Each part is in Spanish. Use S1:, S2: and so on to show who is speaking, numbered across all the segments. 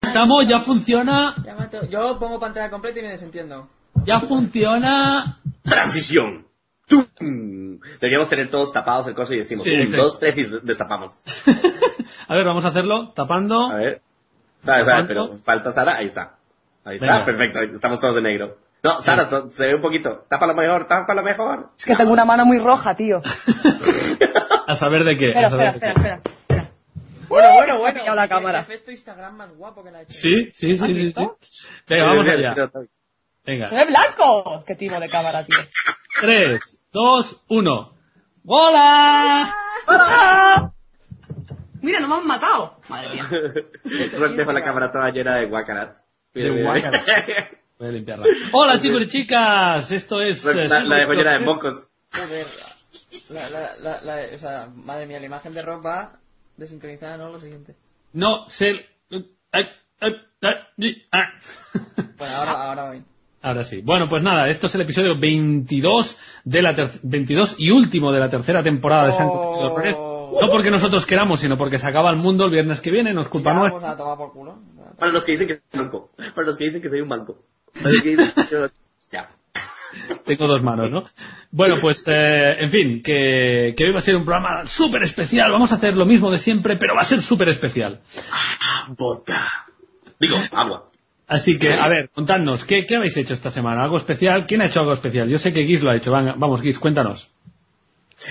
S1: estamos, ya funciona,
S2: Ya mato- Yo pongo pantalla completa y me desentiendo.
S1: ya funciona.
S3: Transición. ¡Tum! Deberíamos tener todos tapados el coso y decimos
S1: Sí,
S3: un,
S1: exacto.
S3: dos, tres y des- destapamos.
S1: A ver, vamos a hacerlo tapando.
S3: A ver. Sabe, sabe,
S1: ¿Cuánto?
S3: pero falta Sara, ahí está. Ahí está,
S1: Venga.
S3: perfecto, estamos todos de negro. No, Sara, so- se ve un poquito. Tápalo mejor, tápalo mejor.
S4: Es que tengo una mano muy roja, tío.
S1: A saber de qué.
S4: Espera,
S1: a saber de qué.
S4: espera, espera, espera. espera. Bueno, bueno,
S2: ¡Uh! He
S4: bueno.
S2: pillado
S4: la cámara.
S2: El efecto Instagram más guapo que la he hecho.
S1: Sí, sí,
S4: ¿Ah,
S1: sí, sí, sí.
S4: visto?
S1: Venga, vamos
S3: Sí, sí,
S1: allá.
S3: sí, sí.
S4: ¡Se
S1: Venga.
S4: ve blanco! ¡Qué timo de cámara, tío!
S1: 3, 2, 1. ¡Hola!
S4: ¡Hola! Mira, nos han matado. Madre mía.
S3: Rock dejó la cámara toda llena de guácaras.
S1: De guácaras.
S3: Rock
S1: Voy a limpiarla. Hola chicos y chicas, esto es... eh,
S3: la, la dejó llena de
S1: Sirius
S3: mocos.
S2: Joder. La, la, la, la- o sea, madre mía, la imagen de Rock va desincronizada, ¿no? Lo siguiente.
S1: No, se... eh, ay, ay, ay, ay, ah.
S2: Bueno, ahora, ahora va bien.
S1: Ahora sí. Bueno, pues nada, esto es el episodio 22 de la ter- 22 y último de la tercera temporada de San
S2: Oh.
S1: No porque nosotros queramos, sino porque se acaba el mundo el viernes que viene, no es culpa
S2: Ya vamos
S1: nuestra.
S2: a tomar por culo.
S3: Para los que dicen que soy manco. Para los que dicen que soy un manco. Para los que dicen que soy- Ya.
S1: Tengo dos manos, ¿no? Bueno, pues, eh, en fin, que, que hoy va a ser un programa súper especial. Vamos a hacer lo mismo de siempre, pero va a ser súper especial.
S3: Bota. Digo, agua.
S1: Así que, a ver, contadnos, ¿qué, ¿qué habéis hecho esta semana? ¿Algo especial? ¿Quién ha hecho algo especial? Yo sé que Giz lo ha hecho. Van- vamos, Giz, cuéntanos.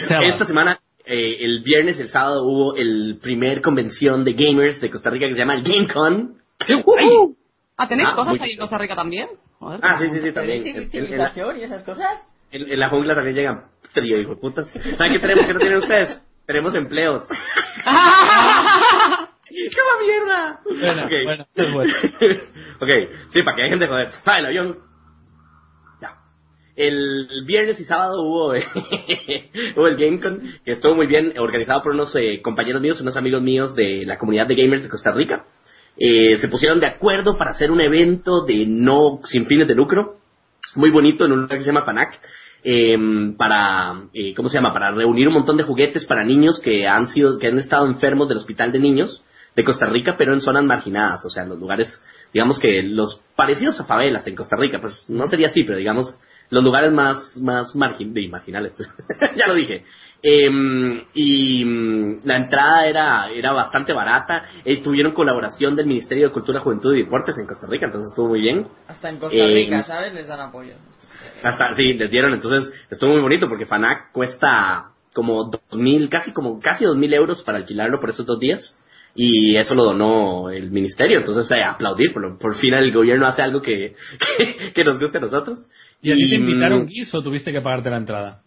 S1: Te habla.
S3: Esta semana, eh, el viernes y el sábado hubo el primer convención de gamers de Costa Rica que se llama el GameCon.
S1: ¡Qué guay!
S4: ¡Ujú! Ah, ¿tenéis
S3: Ah,
S4: cosas
S3: muy
S4: ahí en
S3: chido.
S4: Costa Rica también? Joder.
S3: Ah, sí, sí, sí,
S2: ¿Tenéis
S3: también. En- en- en-
S2: civilización y esas cosas?
S3: En, en la jungla también llegan trío, hijo de putas. ¿Saben qué tenemos que no tienen ustedes? Tenemos empleos. ¡Qué mierda!
S1: Bueno,
S3: Ok.
S1: bueno, es bueno.
S3: ok, sí, para que dejen de joder. ¡Ah, el avión! Ya. El viernes y sábado hubo, eh, hubo el GameCon, que estuvo muy bien eh, organizado por unos eh, compañeros míos, unos amigos míos de la comunidad de gamers de Costa Rica. Eh, se pusieron de acuerdo para hacer un evento de no sin fines de lucro, muy bonito, en un lugar que se llama Panac, em, para, eh, ¿cómo se llama? Para reunir un montón de juguetes para niños que han sido, que han estado enfermos del hospital de niños de Costa Rica, pero en zonas marginadas, o sea, en los lugares, digamos que los parecidos a favelas en Costa Rica, pues no sería así, pero digamos los lugares más, más margin, de, marginales, ya lo dije. Em, y mm, la entrada era, era bastante barata, eh, tuvieron colaboración del Ministerio de Cultura, Juventud y Deportes en Costa Rica, entonces estuvo muy bien.
S2: Hasta en Costa
S3: Eh,
S2: Rica, ¿sabes? Les dan apoyo.
S3: Hasta, sí, les dieron, entonces estuvo muy bonito porque Fanac cuesta como dos mil, casi como casi dos mil euros para alquilarlo por esos dos días y eso lo donó el ministerio, entonces eh, aplaudir, por, lo- por fin el gobierno hace algo que, que, que nos guste a nosotros.
S1: ¿Y a ti te
S3: mm,
S1: invitaron Giz o tuviste que pagarte la entrada?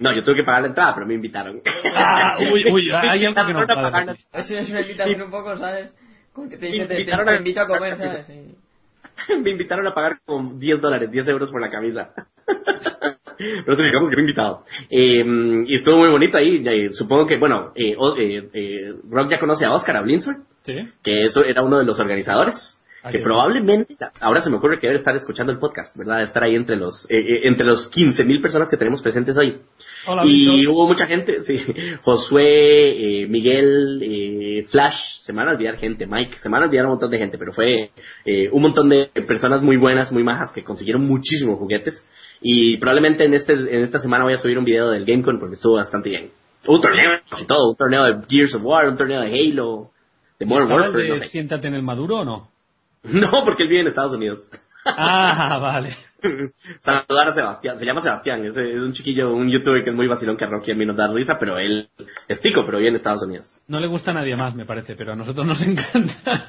S3: No, yo tuve que pagar la entrada, pero me invitaron.
S1: Ah, uy, uy, hay algo que no
S3: Invitaron
S1: cuadra.
S3: a pagar la-
S2: Eso es una invitación un poco, ¿sabes? Con que te dicen, te, te-
S3: Invitaron
S2: te
S3: a-
S2: invito a comer, ¿sabes? Sí.
S3: me invitaron a pagar como 10 dólares, 10 euros por la camisa. Pero digamos que fui invitado. Eh, y estuvo muy bonito ahí. eh, supongo que, bueno, eh, o- eh, eh, Rock ya conoce a Oscar, a Blindsworth,
S1: ¿Sí?
S3: que eso era uno de los organizadores.
S1: Ah,
S3: Que
S1: qué
S3: probablemente, ahora se me ocurre que debe estar escuchando el podcast, ¿verdad? Debe Estar ahí entre los, eh, eh, entre los 15.000 personas que tenemos presentes hoy.
S1: Hola,
S3: y
S1: Víctor.
S3: hubo mucha gente, sí. Josué, eh, Miguel, eh, Flash, se me van a olvidar gente, Mike, se me van a olvidar un montón de gente, pero fue eh, un montón de personas muy buenas, muy majas, que consiguieron muchísimos juguetes. Y probablemente en, este, en esta semana voy a subir un video del GameCon porque estuvo bastante bien. Un torneo y todo, un torneo de Gears of War, un torneo de Halo, de Modern
S1: ¿Estaba el
S3: Warfare,
S1: de
S3: no sé.
S1: Siéntate en el Maduro o no?
S3: No, porque él vive en Estados Unidos.
S1: Ah, vale.
S3: saludar a Sebastián, se llama Sebastián, es, es un chiquillo, un youtuber que es muy vacilón que a Rocky y a mí nos da risa, pero él es tico, pero vive en Estados Unidos.
S1: No le gusta a nadie más, me parece, pero a nosotros nos encanta.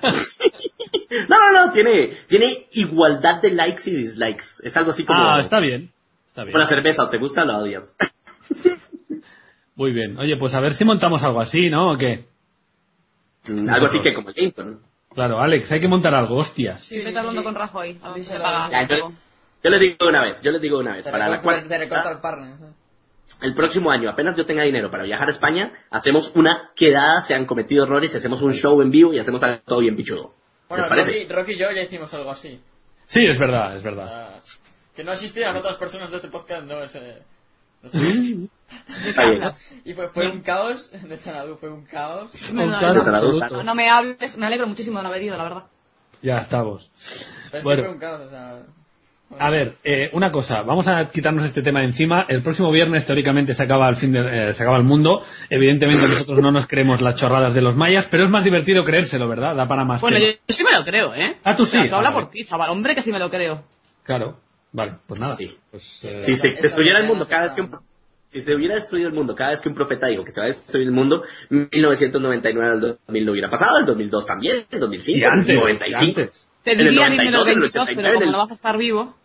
S3: No, no, no, tiene, tiene igualdad de likes y dislikes. Es algo así como
S1: ah, está bien. Está bien.
S3: una cerveza, o te gusta o la odias.
S1: Muy bien. Oye, pues a ver si montamos algo así, ¿no? ¿O qué?
S3: Mm, algo así que como el Gamecon.
S1: Claro, Alex, hay que montar algo, hostias.
S4: Estoy hablando con Rajoy. A ver si se
S2: Díselo.
S4: paga.
S3: Ya, yo, yo les digo una vez, yo les digo una vez,
S2: Te
S3: para la
S2: recorta- te recorta
S3: cuarta,
S2: el partner. ¿sabes?
S3: el próximo año, apenas yo tenga dinero para viajar a España, hacemos una quedada, se han cometido errores, y hacemos un show en vivo y hacemos algo todo bien pichudo.
S2: Bueno,
S3: ¿Les parece?
S2: Rocky, Rocky y yo ya hicimos algo así.
S1: Sí, es verdad, es verdad.
S2: Ah, que no asistieran otras personas de este podcast, no, ese- no sé.
S3: Está bien.
S2: Y fue, fue un caos, de Sanadu fue un caos.
S4: No, no,
S1: Claro,
S4: no.
S3: Desde la adulta.
S1: absoluto.
S4: No me hables. Me alegro muchísimo de no haber ido, la verdad.
S1: Ya estamos.
S2: Pero es
S1: Bueno.
S2: que fue un caos, o sea. bueno.
S1: A ver, eh, una cosa, vamos a quitarnos este tema de encima. El próximo viernes teóricamente se acaba el fin de- eh, se acaba el mundo. Evidentemente nosotros no nos creemos las chorradas de los mayas, pero es más divertido creérselo, ¿verdad? Da para más.
S4: Bueno, yo,
S1: tema.
S4: yo sí me lo creo, ¿eh?
S1: Ah, tú sí.
S4: O sea, tú
S1: Ah,
S4: habla
S1: vale.
S4: por ti, chaval. Hombre, que sí me lo creo.
S1: Claro. Vale, pues nada.
S3: Sí.
S1: Pues, eh,
S3: Si
S2: Esa-
S3: se
S2: esa
S3: destruyera el
S2: idea
S3: mundo
S2: no
S3: cada vez
S2: se
S3: que un,
S2: acaba.
S3: si se hubiera destruido el mundo cada vez que un profeta dijo que se va a destruir el mundo, 1999 al 2000 no hubiera pasado, el 2002 también, el 2005,
S1: y antes,
S3: el
S1: y
S3: 95.
S1: antes.
S4: Te
S3: En el
S4: diría, dímelo
S3: 92, en el
S4: 22, pero
S3: 89,
S4: como
S3: en el-
S4: no vas a estar vivo.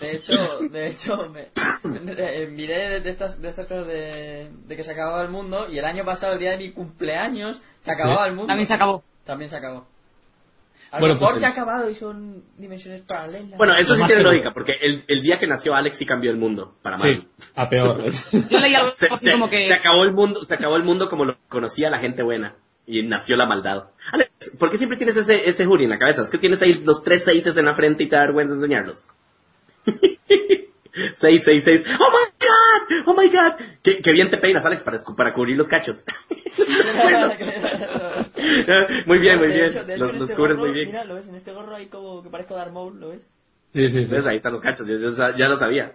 S2: De hecho, de hecho me, eh, miré de estas, de estas cosas de, de que se acababa el mundo y el año pasado, el día de mi cumpleaños, se acababa
S1: Sí.
S2: el mundo.
S4: También se acabó.
S2: También se acabó. A
S1: Bueno,
S2: lo mejor
S1: pues
S2: se ha
S1: el-
S2: acabado y son dimensiones paralelas.
S3: Bueno, eso
S1: Lo
S3: sí
S1: más
S3: tiene
S1: seguro.
S3: lógica, porque el, el día que nació Alex sí cambió el mundo para mal.
S1: Sí, a peor.
S4: Yo leí algo
S3: Se,
S4: así
S3: se-
S4: pues, como que...
S3: se acabó el mundo, se acabó el mundo como lo conocía la gente buena y nació la maldad. Alex, ¿por qué siempre tienes ese ese jury en la cabeza? Es que tienes ahí los tres seises en la frente y te da vergüenza enseñarlos. seis, seis, seis. Oh my god, oh my god. Qué, qué bien te peinas, Alex, para, escu- para cubrir los cachos. Bueno. muy bien, muy
S2: De
S3: bien.
S2: hecho- de hecho,
S3: Los,
S2: en
S3: los
S2: este
S3: cubres
S2: gorro,
S3: muy bien.
S2: Mira, lo ves, en este gorro hay como que parezco Darth Maul, ¿lo ves?
S1: Sí, sí, sí.
S3: Entonces ahí están los cachos, yo, yo sa- ya lo sabía.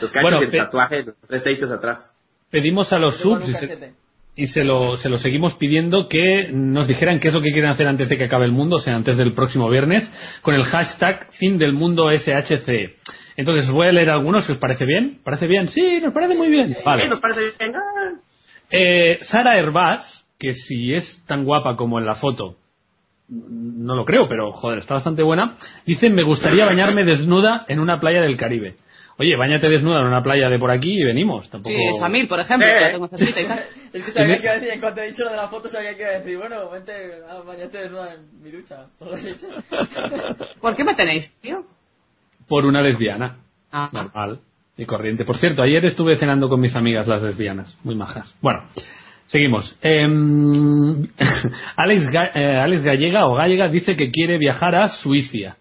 S3: Los cachos
S1: Bueno,
S3: y el
S1: pe-
S3: tatuaje, de los tres seises atrás.
S1: Pedimos a los
S2: Yo con
S1: subs
S2: un
S1: y se,
S2: cachete.
S1: y se lo, se lo seguimos pidiendo que nos dijeran qué es lo que quieren hacer antes de que acabe el mundo, o sea, antes del próximo viernes, con el hashtag fin del mundo SHC. Entonces os voy a leer algunos, si os parece bien. ¿Parece bien? Sí, nos parece muy bien. Vale.
S3: Eh, nos parece bien. Ah.
S1: Eh, Sara Herbaz, que si es tan guapa como en la foto, no lo creo, pero joder, está bastante buena, dice, me gustaría bañarme desnuda en una playa del Caribe. Oye, bañate desnuda en una playa de por aquí y venimos. Tampoco...
S4: Sí, Samir, por ejemplo,
S3: Eh.
S4: que la tengo cerquita y tal.
S2: Es que
S1: Tiene-
S2: sabía que iba a decir, en cuanto he dicho lo de la foto, sabía que iba a decir, bueno, vente a bañarte desnuda en mi ducha. o algo así.
S4: ¿Por qué me tenéis, tío?
S1: Por una lesbiana.
S4: Ah.
S1: Normal y corriente. Por cierto, ayer estuve cenando con mis amigas las lesbianas, muy majas. Bueno, seguimos. Eh, Alex, Ga- eh, Alex Gallega o Gallega dice que quiere viajar a Suiza.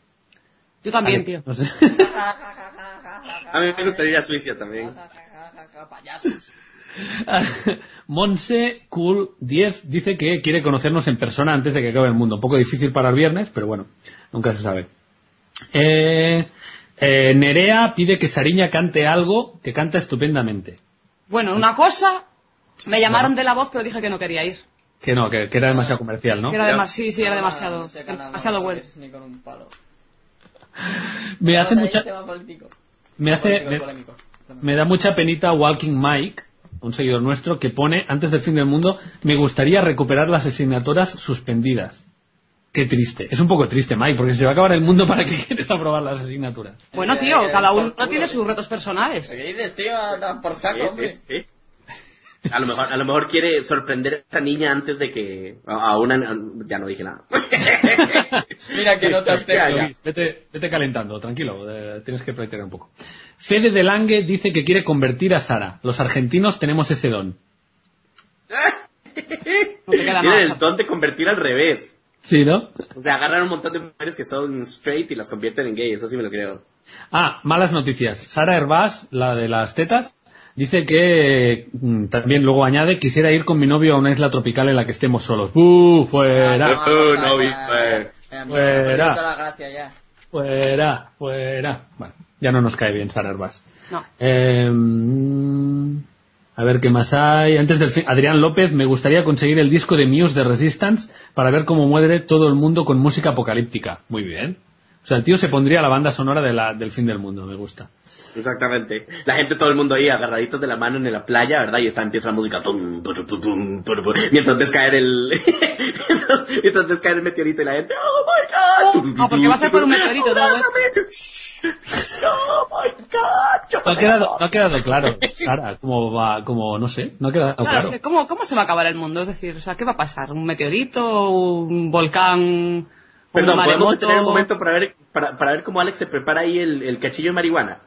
S4: Yo también,
S1: Alex,
S4: tío.
S1: no sé.
S3: A mí me gustaría ir a Suiza también.
S2: Payasos.
S1: Monse Cool 10 dice que quiere conocernos en persona antes de que acabe el mundo. Un poco difícil para el viernes, pero bueno, nunca se sabe. Eh, eh, Nerea pide que Sariña cante algo que canta estupendamente.
S4: Bueno, una cosa... Me llamaron de la voz, pero dije que no quería ir.
S1: Que no, que, que era demasiado comercial, ¿no?
S4: Que Era
S3: Ya.
S4: demasiado, sí, sí, era demasiado,
S2: Ah, No se gana, no
S4: demasiado
S2: lo
S4: bueno.
S2: toques Ni con un palo.
S1: Me hace
S2: Vamos a ir
S1: mucha,
S2: al tema político.
S1: me hace,
S2: Político,
S1: me,
S2: polémico.
S1: me da mucha penita Walking Mike, un seguidor nuestro, que pone antes del fin del mundo, me gustaría recuperar las asignaturas suspendidas. Qué triste. Es un poco triste, Mike, porque se va a acabar el mundo para que quieres aprobar las asignaturas.
S4: Bueno,
S2: Eh,
S4: tío,
S2: eh,
S4: cada
S2: por
S4: uno
S2: culo,
S4: tiene
S2: tío.
S4: sus retos personales.
S2: ¿Qué dices, tío? Anda Por
S3: Sí,
S2: saco, hombre.
S3: sí, sí. Eh, A lo mejor, a lo mejor quiere sorprender a esta niña antes de que a a una a- ya no dije nada.
S2: Mira que no te
S3: Sí,
S2: abstengo.
S3: ya, ya.
S1: Luis, vete, vete calentando, tranquilo, eh, tienes que practicar un poco. Fede de Lange dice que quiere convertir a Sara. Los argentinos tenemos ese don.
S4: No te queda
S3: Tienen
S4: nada.
S3: el don de convertir al revés.
S1: Sí, ¿no?
S3: O sea, agarran un montón de mujeres que son straight y las convierten en gay, eso sí me lo creo.
S1: Ah, malas noticias. Sara Herbás, la de las tetas, dice que mm, también luego añade quisiera ir con mi novio a una isla tropical en la que estemos solos. ¡Buh! Fuera,
S3: Ah, Eh, no, vi- eh.
S1: Fuera.
S2: Fuera. pues, la gracia ya.
S1: fuera, fuera. Bueno, ya no nos cae bien Sara Herbás.
S4: No.
S1: Eh, mm, a ver qué más hay. Antes del fin, Adrián López, me gustaría conseguir el disco de Muse de Resistance para ver cómo muere todo el mundo con música apocalíptica. Muy bien. O sea, el tío se pondría la banda sonora de la- del fin del mundo, me gusta.
S3: Exactamente. La gente, todo el mundo ahí agarraditos de la mano en la playa, ¿verdad? Y está, empieza la música. tum, tu, tu, tu, tum, tu, tu, tu, mientras ves caer el. mientras, mientras ves caer el meteorito y la gente. ¡Oh my god!
S4: No, porque va a ser por un meteorito, ¿no?
S3: ¡Oh my god!
S1: No ha quedado, no ha quedado claro, Sara, como va, como no sé, no ha quedado
S4: Claro,
S1: claro.
S4: es que ¿cómo, ¿cómo se va a acabar el mundo? Es decir, o sea, ¿qué va a pasar? ¿Un meteorito? ¿Un volcán?
S3: Perdón,
S4: ¿Un
S3: podemos
S4: maremoto?
S3: tener un momento para ver, para, para ver cómo Alex se prepara ahí el, el cachillo de marihuana.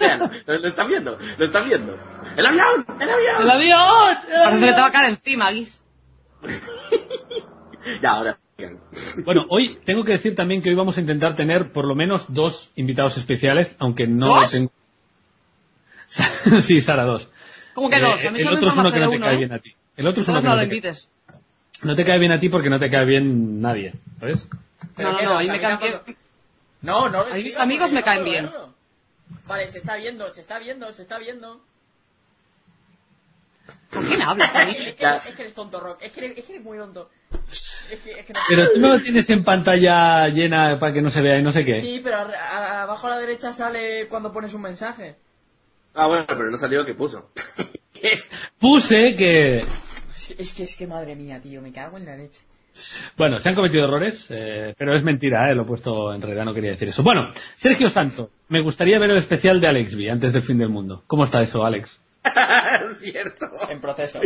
S3: Vean, lo, lo están viendo, lo están viendo. ¡El avión! ¡El avión!
S4: ¡El avión! Parece que te va a caer encima, Guis.
S3: Ya, ahora. sigan.
S1: Bueno, hoy tengo que decir también que hoy vamos a intentar tener por lo menos dos invitados especiales, aunque no
S4: ¿Dos?
S1: tengo. sí, Sara, dos.
S4: ¿Cómo que
S1: Eh,
S4: dos? A mí
S1: el
S4: solo me
S1: otro es
S4: informa
S1: uno que no
S4: hacer
S1: te
S4: uno,
S1: cae
S4: ¿eh?
S1: bien a ti. El otro es uno que
S4: Entonces no
S1: no
S4: lo
S1: te cae-
S4: invites.
S1: No te cae bien a ti porque no te cae bien nadie, ¿sabes?
S2: Pero
S4: No,
S2: ¿qué,
S4: no,
S2: nos
S4: no, a mí me caen bien.
S2: caminamos- No, no.
S4: A mí mis
S2: respira,
S4: amigos
S2: porque
S4: me
S2: yo
S4: caen
S2: no lo
S4: bien.
S2: valoro. Vale, se está viendo, se está viendo, se está viendo.
S4: ¿Con quién hablas,
S2: Es
S4: Dani?
S2: que, es que eres tonto, Rock. Es que eres, es que eres muy tonto. Es que, es que no-
S1: Pero tú no lo tienes en pantalla llena para que no se vea y no sé qué.
S2: Sí, pero a- a- abajo a la derecha sale cuando pones un mensaje.
S3: Ah, bueno, pero no salió lo que puso.
S1: Puse que...
S2: Es que, es que madre mía, tío, me cago en la leche.
S1: Bueno, se han cometido errores, eh, pero es mentira, eh, lo he puesto en realidad, no quería decir eso. Bueno, Sergio Santo, me gustaría ver el especial de Alex B antes del fin del mundo. ¿Cómo está eso, Alex?
S3: Cierto.
S2: En proceso.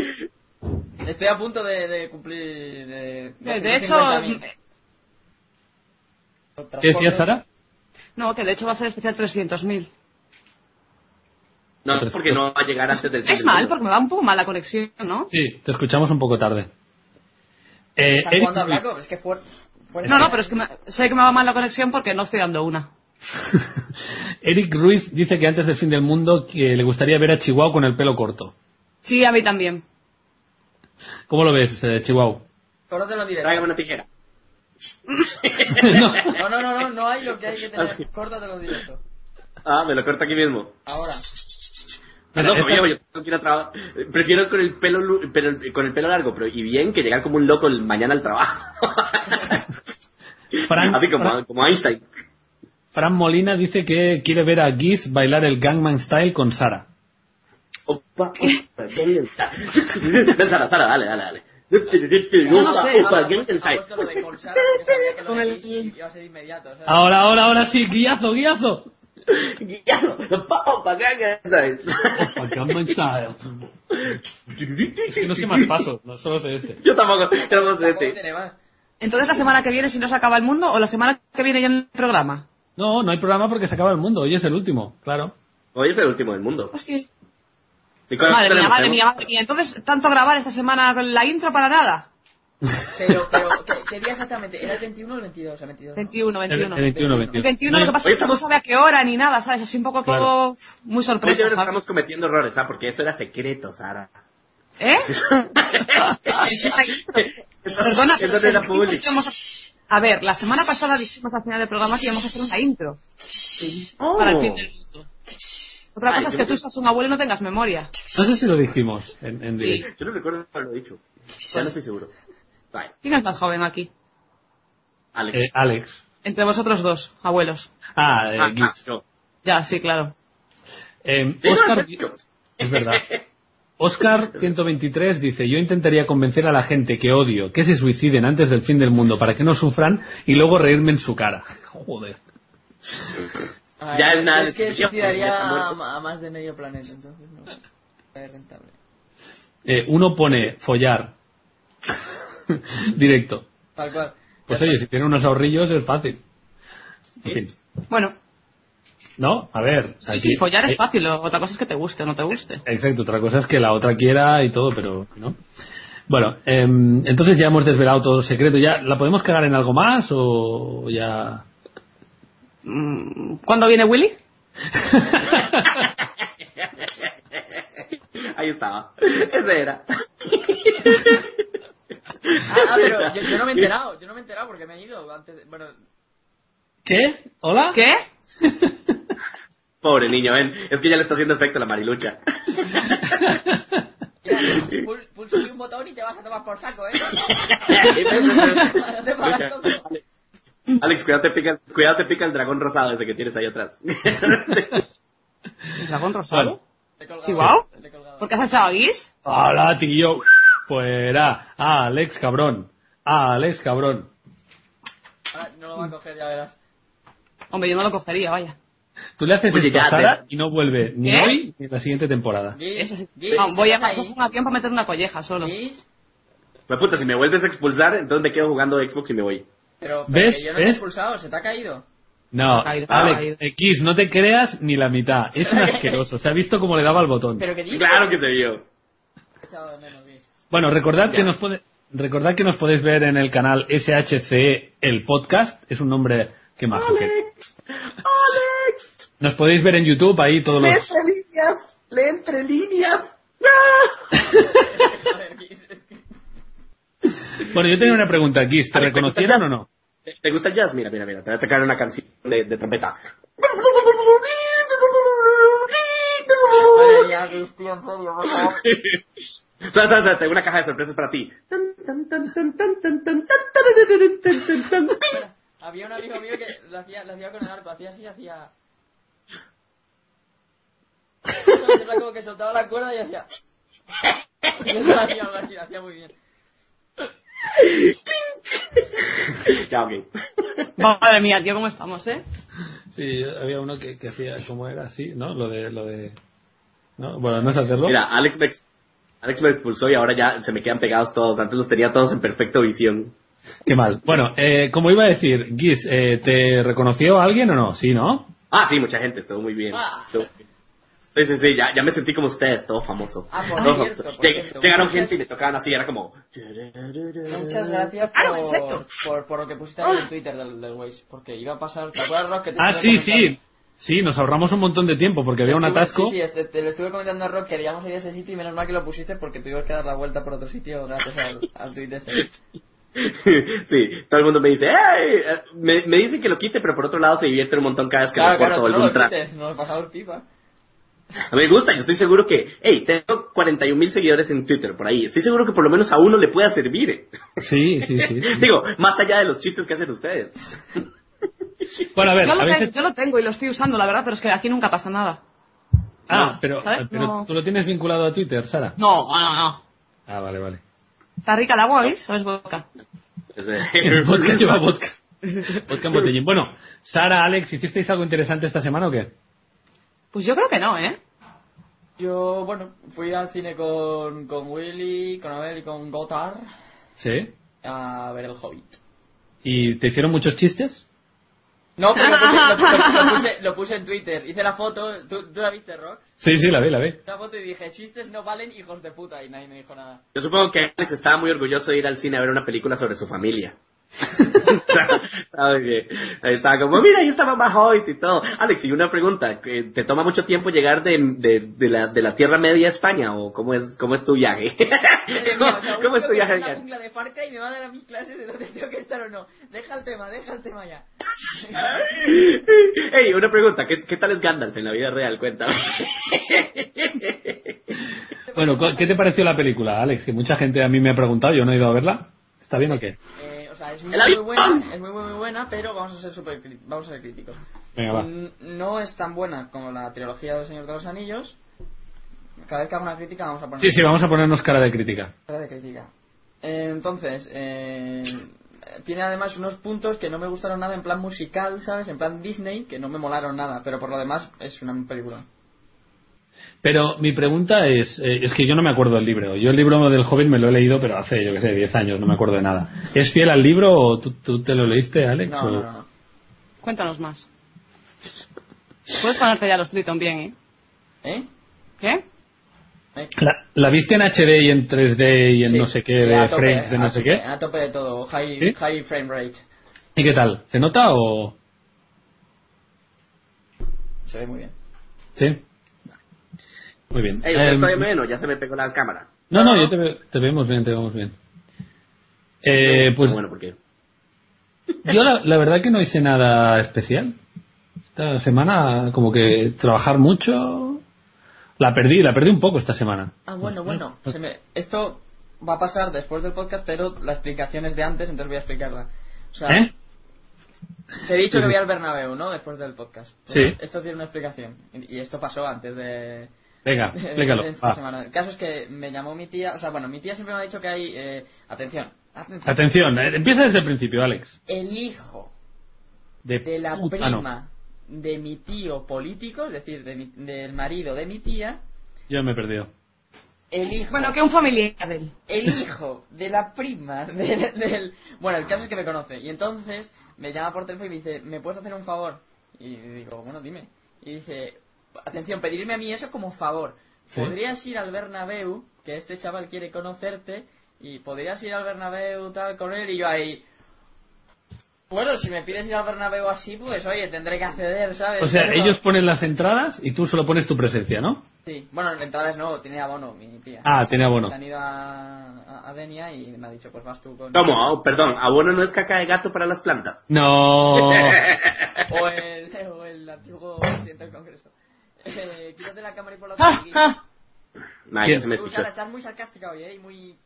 S2: Estoy a punto de, de cumplir. De,
S4: De, de
S2: 250.000.
S4: hecho,
S1: ¿Qué decías, Sara?
S4: no, que de hecho va a ser especial 300.000.
S3: No, es porque no va a llegar antes del fin
S4: Es
S3: del
S4: mal,
S3: mundo.
S4: porque me da un poco mala conexión, ¿no?
S1: Sí, te escuchamos un poco tarde. Eh,
S2: ¿Estás
S1: Eric-
S2: jugando a Black Ops? Es que fuerte.
S4: No, no, pero es que me- sé que me va mal la conexión porque no estoy dando una.
S1: Eric Ruiz dice que antes del fin del mundo que le gustaría ver a Chihuahua con el pelo corto.
S4: Sí, a mí también.
S1: ¿Cómo lo ves, eh, Chihuahua?
S2: Córtatelo en directo.
S3: Tráigame una tijera.
S1: No.
S2: No, no, no, no, no hay lo que hay que
S3: Así.
S2: tener. Córtatelo en directo.
S3: Ah, me lo corto aquí mismo.
S2: Ahora.
S3: Ah,
S1: Mira,
S3: no,
S1: esta-
S3: viejo, yo tengo que ir a trabajar. Prefiero con el pelo lu- pero- con el pelo largo, pero y bien que llegar como un loco el mañana al trabajo.
S1: Frank-
S3: Así como,
S1: Frank-
S3: como Einstein.
S1: Fran Molina dice que quiere ver a Giz bailar el Gangman Style con Sara.
S3: Opa, opa, Ven, Sara, Sara, dale, dale, dale.
S4: Yo no sé,
S2: Ahora,
S3: Opa, opa,
S2: ha puesto-
S3: Einstein.
S2: ha puesto lo de Colsar, que sabía que lo
S4: Pues, Con
S2: de
S4: el-
S2: Kiss iba a ser inmediato. ¿sabes?
S3: Ah,
S1: Ahora, ahora, ahora sí, guiazo, guiazo.
S3: Guiado, opa, opa, Einstein.
S1: Opa, Gangman Style. Es que no sé más pasos, no solo sé este.
S3: Yo tampoco, yo no sé
S2: Tampoco
S3: este.
S2: tiene más.
S4: Entonces la semana que viene si no se acaba el mundo o la semana que viene ya en el programa.
S1: No, no hay programa porque se acaba el mundo. Hoy es el último, claro.
S3: Hoy es el último del mundo.
S4: Hostia.
S3: ¿Y cuál
S4: Madre mía,
S3: tenemos?
S4: madre mía, madre mía. Entonces, tanto grabar esta semana con la intro para nada.
S2: Pero, pero, ¿qué, qué día exactamente? ¿Era el 21 o el 22? O sea, 22. ¿no?
S4: 21,
S1: El, el
S4: 21.
S1: 21,
S4: El
S1: 21.
S4: 21
S1: No,
S4: lo que pasa
S3: hoy
S4: es que no
S3: estamos-
S4: se sabe a qué hora ni nada, ¿sabes? Así un poco
S1: Claro.
S4: todo muy
S3: Hoy de
S4: sorpresa,
S3: verdad
S4: ¿sabes?
S3: estamos cometiendo errores, ¿ah? Porque eso era secreto, Sara.
S4: ¿Eh? Perdona,
S3: Perdona,
S4: pero
S3: eso no era
S4: dijimos
S3: público.
S4: que íbamos a- A ver, la semana pasada dijimos al final del programa que íbamos a hacer una intro
S3: Oh.
S4: para el fin del mundo. Otra
S3: Ay,
S4: cosa es
S3: yo
S4: que
S3: no-
S4: tú seas un abuelo y no tengas memoria.
S1: No sé si lo dijimos en, en
S4: Sí.
S1: directo.
S3: Yo no recuerdo haberlo dicho. Ya no estoy seguro. Vale,
S4: ¿Quién es más joven aquí?
S3: Alex.
S1: Eh, Alex.
S4: Entre vosotros dos, abuelos.
S1: Ah, eh,
S3: Ah,
S1: Guis.
S3: ah, yo.
S4: Ya, sí, claro.
S1: Eh,
S3: Sí, no, en
S1: Oscar-
S3: serio.
S1: es verdad. Oscar 123 dice, yo intentaría convencer a la gente que odio que se suiciden antes del fin del mundo para que no sufran y luego reírme en su cara. Joder.
S2: Ah,
S3: Ya es nada
S2: Es que
S3: de discusión, ya
S2: suicidaría
S3: está
S2: a,
S3: muerto.
S2: a más de medio planeta, entonces no. Es rentable.
S1: Eh, uno pone follar. Directo.
S2: Tal cual. Ah,
S1: Pues
S2: Ya
S1: oye,
S2: está.
S1: si tiene unos ahorrillos es fácil. En
S3: Sí.
S1: fin.
S4: Bueno,
S1: ¿No? A ver.
S4: sí,
S1: aquí-
S4: sí, follar
S1: eh,
S4: es fácil, o- otra cosa es que te guste o no te guste.
S1: Exacto, otra cosa es que la otra quiera y todo, pero no. Bueno, em, entonces ya hemos desvelado todo el secreto. ¿Ya la podemos cagar en algo más o ya?
S4: Mm, ¿Cuándo viene Willy?
S3: Ahí estaba. Ese era.
S2: Ah, ah, pero yo, yo no me he enterado, yo no me he enterado porque me han ido antes de- Bueno,
S1: ¿Qué? ¿Hola?
S4: ¿Qué?
S3: Pobre niño, ven. Es que ya le está haciendo efecto la marilucha.
S2: ya, pul- pulso aquí un botón y te vas a tomar por saco, ¿eh? No te pagas todo.
S3: Alex, cuidado te, pica, cuidado te pica el dragón rosado ese que tienes ahí atrás.
S4: ¿El dragón rosado?
S2: Te he colgado,
S4: Sí, guau.
S2: te he colgado.
S4: ¿Por qué has echado a Guis?
S1: Hola, tío. Fuera. Alex, cabrón. Alex, cabrón.
S2: Ahora no lo va a coger, ya verás.
S4: Hombre, yo no lo cogería, vaya.
S1: Tú le haces
S3: Oye,
S1: esto a
S3: ya,
S1: Sara
S3: ya.
S1: y no vuelve ni
S4: ¿Qué?
S1: hoy ni en la siguiente temporada.
S2: Guis,
S4: Eso sí.
S2: Guis,
S4: Ah, voy a
S2: ¿estás ahí?
S4: coger un avión para meter una colleja solo.
S2: Guis,
S3: Pues puta, si me vuelves a expulsar, entonces me quedo jugando Xbox y me voy.
S2: pero, pero
S1: ¿Ves?
S2: que yo no te he
S1: ¿Ves?
S2: expulsado, se te ha caído.
S1: No,
S4: Ha caído, ha
S1: Alex,
S4: caído.
S1: X, no te creas ni la mitad. Es un asqueroso. Se ha visto cómo le daba al botón.
S2: Pero que dices.
S3: Claro que se vio.
S2: Te he echado de menos, Guis.
S1: Bueno, recordad
S3: Ya.
S1: que, nos pode- recordad que nos podéis ver en el canal SHC El Podcast. Es un nombre que más. ojete.
S3: ¡Alex!
S1: Nos podéis ver en YouTube, ahí todos los...
S3: líneas! ¡Le entre líneas!
S2: Joder, Guis, es que-
S1: Bueno, yo tenía una pregunta aquí. ¿Te
S3: A ver,
S1: reconocieron o
S3: ¿te gusta
S1: no?
S3: ¿Te, te gusta el jazz? Mira, mira, mira. Te voy a tocar una canción de, de trompeta.
S2: Vale, ya, Cristi, en serio, por favor.
S3: Suena, suena, suena, Tengo una caja de sorpresas para ti.
S2: Espera, Había un amigo mío que lo hacía, lo hacía con el arco, hacía así, hacía. Era como que soltaba la cuerda y hacía. Y él lo hacía algo así, hacía muy bien.
S3: ya, ok.
S4: Madre mía, tío, ¿cómo estamos, eh?
S1: Sí, había uno que, que hacía, ¿cómo era? Sí, ¿no? Lo de, lo de... ¿no? Bueno, no es hacerlo.
S3: Mira, Alex me, ex- Alex me expulsó y ahora ya se me quedan pegados todos. Antes los tenía todos en perfecta visión.
S1: Qué mal. Bueno, eh, como iba a decir, Guis, eh, ¿te reconoció alguien o no? Sí, ¿no?
S3: Ah, sí, mucha gente, estuvo muy bien.
S2: Ah.
S3: Estuvo muy bien. Sí, sí, sí, ya, ya me sentí como ustedes, todo famoso.
S2: Ah, por
S3: Todo
S2: cierto,
S3: famoso.
S2: por
S3: Lleg-
S2: cierto,
S3: Llegaron
S2: muchas-
S3: gente y me tocaban así, era como...
S2: Muchas gracias
S1: Ah,
S2: por, por, por lo que pusiste ahí en Twitter del, del Waze, porque iba a pasar. ¿Te acuerdas, Rock? Que te
S1: Ah, sí,
S2: estuve
S1: sí. Sí, nos ahorramos un montón de tiempo porque había un
S2: Estuve-
S1: atasco.
S2: Sí, sí, este- te lo estuve comentando a Rock que habíamos ido a ese sitio y menos mal que lo pusiste porque tuvimos que dar la vuelta por otro sitio gracias al, al tweet este.
S3: sí, todo el mundo me dice, ¡Ey! Eh, Me, me dicen que lo quite, pero por otro lado se divierte un montón cada vez que lo corto o
S2: tú no
S3: algún
S2: lo
S3: track.
S2: quites, nos lo pasamos pipa.
S3: A mí me gusta, yo estoy seguro que, hey, tengo 41 mil seguidores en Twitter por ahí. Estoy seguro que por lo menos a uno le pueda servir. eh.
S1: Sí, sí, sí. sí.
S3: Digo, más allá de los chistes que hacen ustedes.
S1: Bueno, a ver,
S4: yo, lo
S1: a
S4: tengo,
S1: veces...
S4: yo lo tengo y lo estoy usando, la verdad, pero es que aquí nunca pasa nada.
S1: Ah, pero,
S4: ¿sabes?
S1: pero
S4: No.
S1: tú lo tienes vinculado a Twitter, Sara.
S4: No, no, no.
S1: Ah, vale, vale.
S4: ¿Está rica el agua, ¿veis? ¿O es vodka?
S3: Es, eh,
S1: El podcast lleva vodka. Vodka en botellín. Bueno, Sara, Alex, ¿hicisteis algo interesante esta semana o qué?
S4: Pues yo creo que no, ¿eh?
S2: Yo, bueno, fui al cine con, con Willy, con Abel y con Gotthard
S1: Sí.
S2: a ver el Hobbit.
S1: ¿Y te hicieron muchos chistes?
S2: No, pero lo puse, lo, lo- lo puse, lo puse en Twitter. Hice la foto, ¿tú, tú la viste, Rock?
S1: Sí, sí, la vi, la vi.
S2: Hice La foto y dije, chistes no valen, hijos de puta, y nadie me dijo nada.
S3: Yo supongo que Alex estaba muy orgulloso de ir al cine a ver una película sobre su familia. Estaba bien. Ahí estaba como, mira, ahí está mamá Hoyt y todo. Alex, y una pregunta, que ¿te toma mucho tiempo llegar de, de, de la, de la Tierra Media a España o cómo es, cómo es tu viaje? ¿Cómo,
S2: O sea,
S3: cómo
S2: uno
S3: es tu
S2: que está
S3: viaje?
S2: en la jungla de Farca y me va a dar a mis clases de dónde tengo que estar o no. Deja el tema, deja el tema ya.
S3: Ey, una pregunta, ¿qué, ¿qué tal es Gandalf en la vida real? Cuéntame.
S1: Bueno, ¿cu- ¿qué te pareció la película, Alex? Que mucha gente a mí me ha preguntado, yo no he ido a verla. ¿Está bien o qué?
S2: Eh, o sea, es muy,
S3: ¡El
S2: muy
S3: avión!
S2: buena, es muy, muy, muy buena, pero vamos a ser super, vamos a ser críticos.
S1: Venga, va.
S2: N- No es tan buena como la trilogía del Señor de los Anillos. Cada vez que hago una crítica vamos a poner
S1: Sí, sí, vamos a ponernos cara de crítica.
S2: cara de crítica. Eh, Entonces, eh, tiene además unos puntos que no me gustaron nada en plan musical, ¿sabes? En plan Disney, que no me molaron nada, pero por lo demás es una película.
S1: Pero mi pregunta es, eh, es que yo no me acuerdo del libro. Yo el libro del Hobbit me lo he leído, pero hace, yo qué sé, 10 años, no me acuerdo de nada. ¿Es fiel al libro o tú, tú te lo leíste, Alex?
S2: No,
S1: o-
S2: no, no.
S4: Cuéntanos más. Puedes ponerte ya los Triton bien, ¿eh?
S2: ¿Eh?
S4: ¿Qué?
S2: ¿Eh?
S1: La, la viste en HD y en 3D y en
S2: Sí.
S1: no sé qué,
S2: Y
S1: de
S2: a tope,
S1: frames, de
S2: a
S1: no sé
S2: tope, ¿eh?
S1: qué?
S2: A tope de todo, high,
S1: ¿Sí?
S2: high frame rate.
S1: ¿Y qué tal? ¿Se nota o...?
S2: Se ve muy bien.
S1: Sí. Muy bien.
S3: Ey, ¿usted
S1: Em,
S3: está bien menos? Ya se me pegó la cámara.
S1: no, no, yo te, veo- te vemos bien, te vemos bien. Eh, pues
S3: Ah, Bueno, porque...
S1: yo la, la verdad que no hice nada especial. Esta semana como que trabajar mucho... La perdí, la perdí un poco esta semana. ¿Eh?
S2: Ah, bueno, bueno. se me- Esto va a pasar después del podcast, pero la explicación es de antes, entonces voy a explicarla. O sea,
S1: ¿Eh?
S2: te he dicho que voy al Bernabéu, ¿no? Después del podcast. Pues
S1: Sí.
S2: Esto tiene una explicación. Y y esto pasó antes de...
S1: Venga,
S2: de-
S1: explícalo. Ah,
S2: de esta
S1: va.
S2: semana. El caso es que me llamó mi tía... O sea, bueno, mi tía siempre me ha dicho que hay... eh, atención, atención.
S1: Atención, eh, empieza desde el principio, Alex.
S2: el hijo
S1: De,
S2: de la
S1: puta,
S2: prima
S1: ah, no.
S2: de mi tío político, es decir, de mi- del marido de mi tía,
S1: Yo me he perdido.
S2: el hijo...
S4: Bueno, que un familiar de él.
S2: el hijo de la prima del, del- Bueno, el caso es que me conoce. Y entonces me llama por teléfono y me dice, ¿me puedes hacer un favor? Y digo, bueno, dime. Y dice, atención, pedirme a mí eso como favor.
S1: Sí.
S2: ¿Podrías ir al Bernabéu? Que este chaval quiere conocerte. Y podrías ir al Bernabéu tal con él. Y yo ahí... Bueno, si me pides ir al Bernabéu así, pues oye, tendré que acceder, ¿sabes?
S1: O sea,
S2: Pero-
S1: ellos ponen las entradas y tú solo pones tu presencia, ¿no?
S2: Sí, bueno, en entradas no, tiene abono mi tía.
S1: Ah, tiene abono.
S2: Se han ido a, a- a Denia y me ha dicho, pues vas tú con...
S3: ¿Cómo? Oh, perdón, abono no es caca de gato para las plantas.
S1: No.
S2: O el, o el antiguo presidente del Congreso. Eh, quítate la cámara y por la
S4: ¡Ja,
S2: ah.
S4: ja!
S3: Nah,
S1: ¿Quién?
S3: ya se me
S2: Tú,
S3: escuchó.
S2: Sara, estás muy sarcástica hoy, ¿eh? Y muy...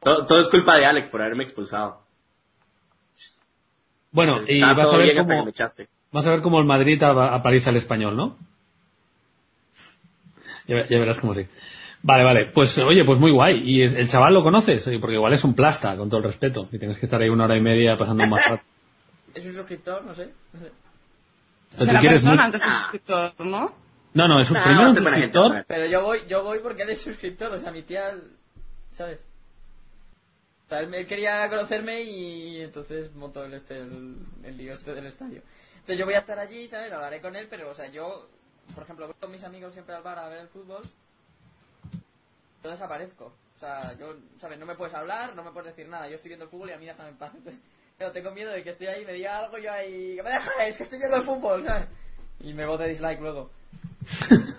S3: Todo, todo es culpa de Alex por haberme expulsado.
S1: Bueno, y
S3: Estaba
S1: vas
S3: todo
S1: a ver
S3: bien hasta que
S1: cómo
S3: me echaste.
S1: vas a ver cómo el Madrid a- apaliza al español, ¿no? Ya, ve- ya verás cómo sí. Vale, vale. Pues oye, pues muy guay. Y es- el chaval lo conoces, Oye, porque igual es un plasta, con todo el respeto, y tienes que estar ahí una hora y media pasando un mal rato.
S2: Es un suscriptor, no sé. no sé.
S1: O sea,
S4: Será
S1: tú quieres
S4: persona
S1: mucho-
S4: antes de suscriptor, ¿no?
S1: No, no, es un
S3: Ah, va
S1: primero
S3: a
S1: un
S3: ser buena gente,
S1: suscriptor.
S3: va a ser
S2: Pero yo voy, yo voy porque él es suscriptor, o sea, mi tía... ¿Sabes? O sea, él, él quería conocerme y entonces montó el, este, el, el lío este del estadio. Entonces yo voy a estar allí, ¿sabes? Hablaré con él, pero, o sea, yo, por ejemplo, voy con mis amigos siempre al bar a ver el fútbol. Entonces aparezco. O sea, yo, ¿sabes? No me puedes hablar, no me puedes decir nada. Yo estoy viendo el fútbol y a mí déjame en paz. Entonces, pero tengo miedo de que estoy ahí, me diga algo yo ahí, que me dejáis, que estoy viendo el fútbol, ¿sabes? Y me vote dislike luego.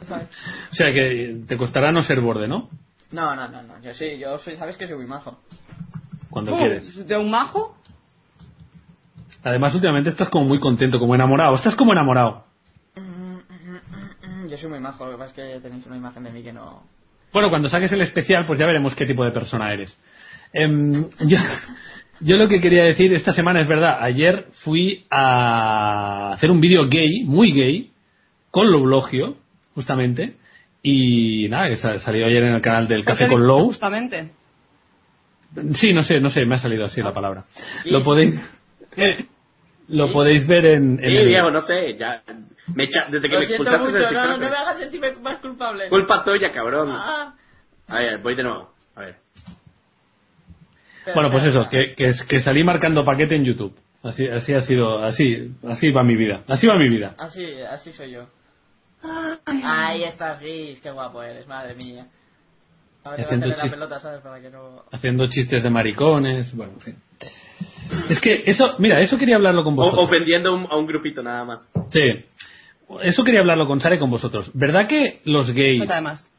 S2: ¿Sabes?
S1: O sea que te costará no ser borde, ¿no?
S2: No, no, no, no. Yo sí, yo soy, sabes que soy muy majo.
S1: Cuando
S4: Uh,
S1: quieres.
S4: ¿De un majo?
S1: Además, últimamente estás como muy contento, como enamorado. Estás como enamorado.
S2: Mm, Yo soy muy majo, lo que pasa es que tenéis una imagen de mí que no.
S1: Bueno, cuando saques el especial, pues ya veremos qué tipo de persona eres. Em, yo, yo lo que quería decir esta semana es verdad. Ayer fui a hacer un vídeo gay, muy gay, con Loblogio, justamente. Y nada, que sa- salió ayer en el canal del Café con Low.
S4: Justamente.
S1: Sí, no sé, no sé, me ha salido
S3: Ah.
S1: así la palabra.
S2: Y-
S1: Lo podéis, eh, lo podéis ver en, en
S3: Sí,
S1: el-
S3: viejo, no sé, ya. Me echa- desde que
S2: Lo
S3: me
S2: siento
S3: expulsaste
S2: mucho,
S3: desde
S2: no, no,
S3: TikTok,
S2: no me hagas sentirme más culpable.
S3: Culpa tuya, cabrón.
S2: Ah.
S3: A ver, voy de nuevo. A ver.
S2: Espera,
S1: Bueno, pues eso,
S2: espera, espera.
S1: que, que, que salí marcando paquete en YouTube. Así, así ha sido, así, así va mi vida. Así va mi vida.
S2: Así, así soy yo. Ahí estás, Gis, qué guapo eres, madre mía. Ahora te voy a
S1: Haciendo
S2: hacerle la
S1: chiste.
S2: pelota, ¿sabes? Para que no.
S1: Haciendo chistes de maricones, bueno, en fin. Es que eso, mira, eso quería hablarlo con
S3: O-
S1: vosotros.
S3: ofendiendo un- a un grupito nada más.
S1: Sí. Eso quería hablarlo con Sara y con vosotros. ¿Verdad que los gays,
S4: Pues Además.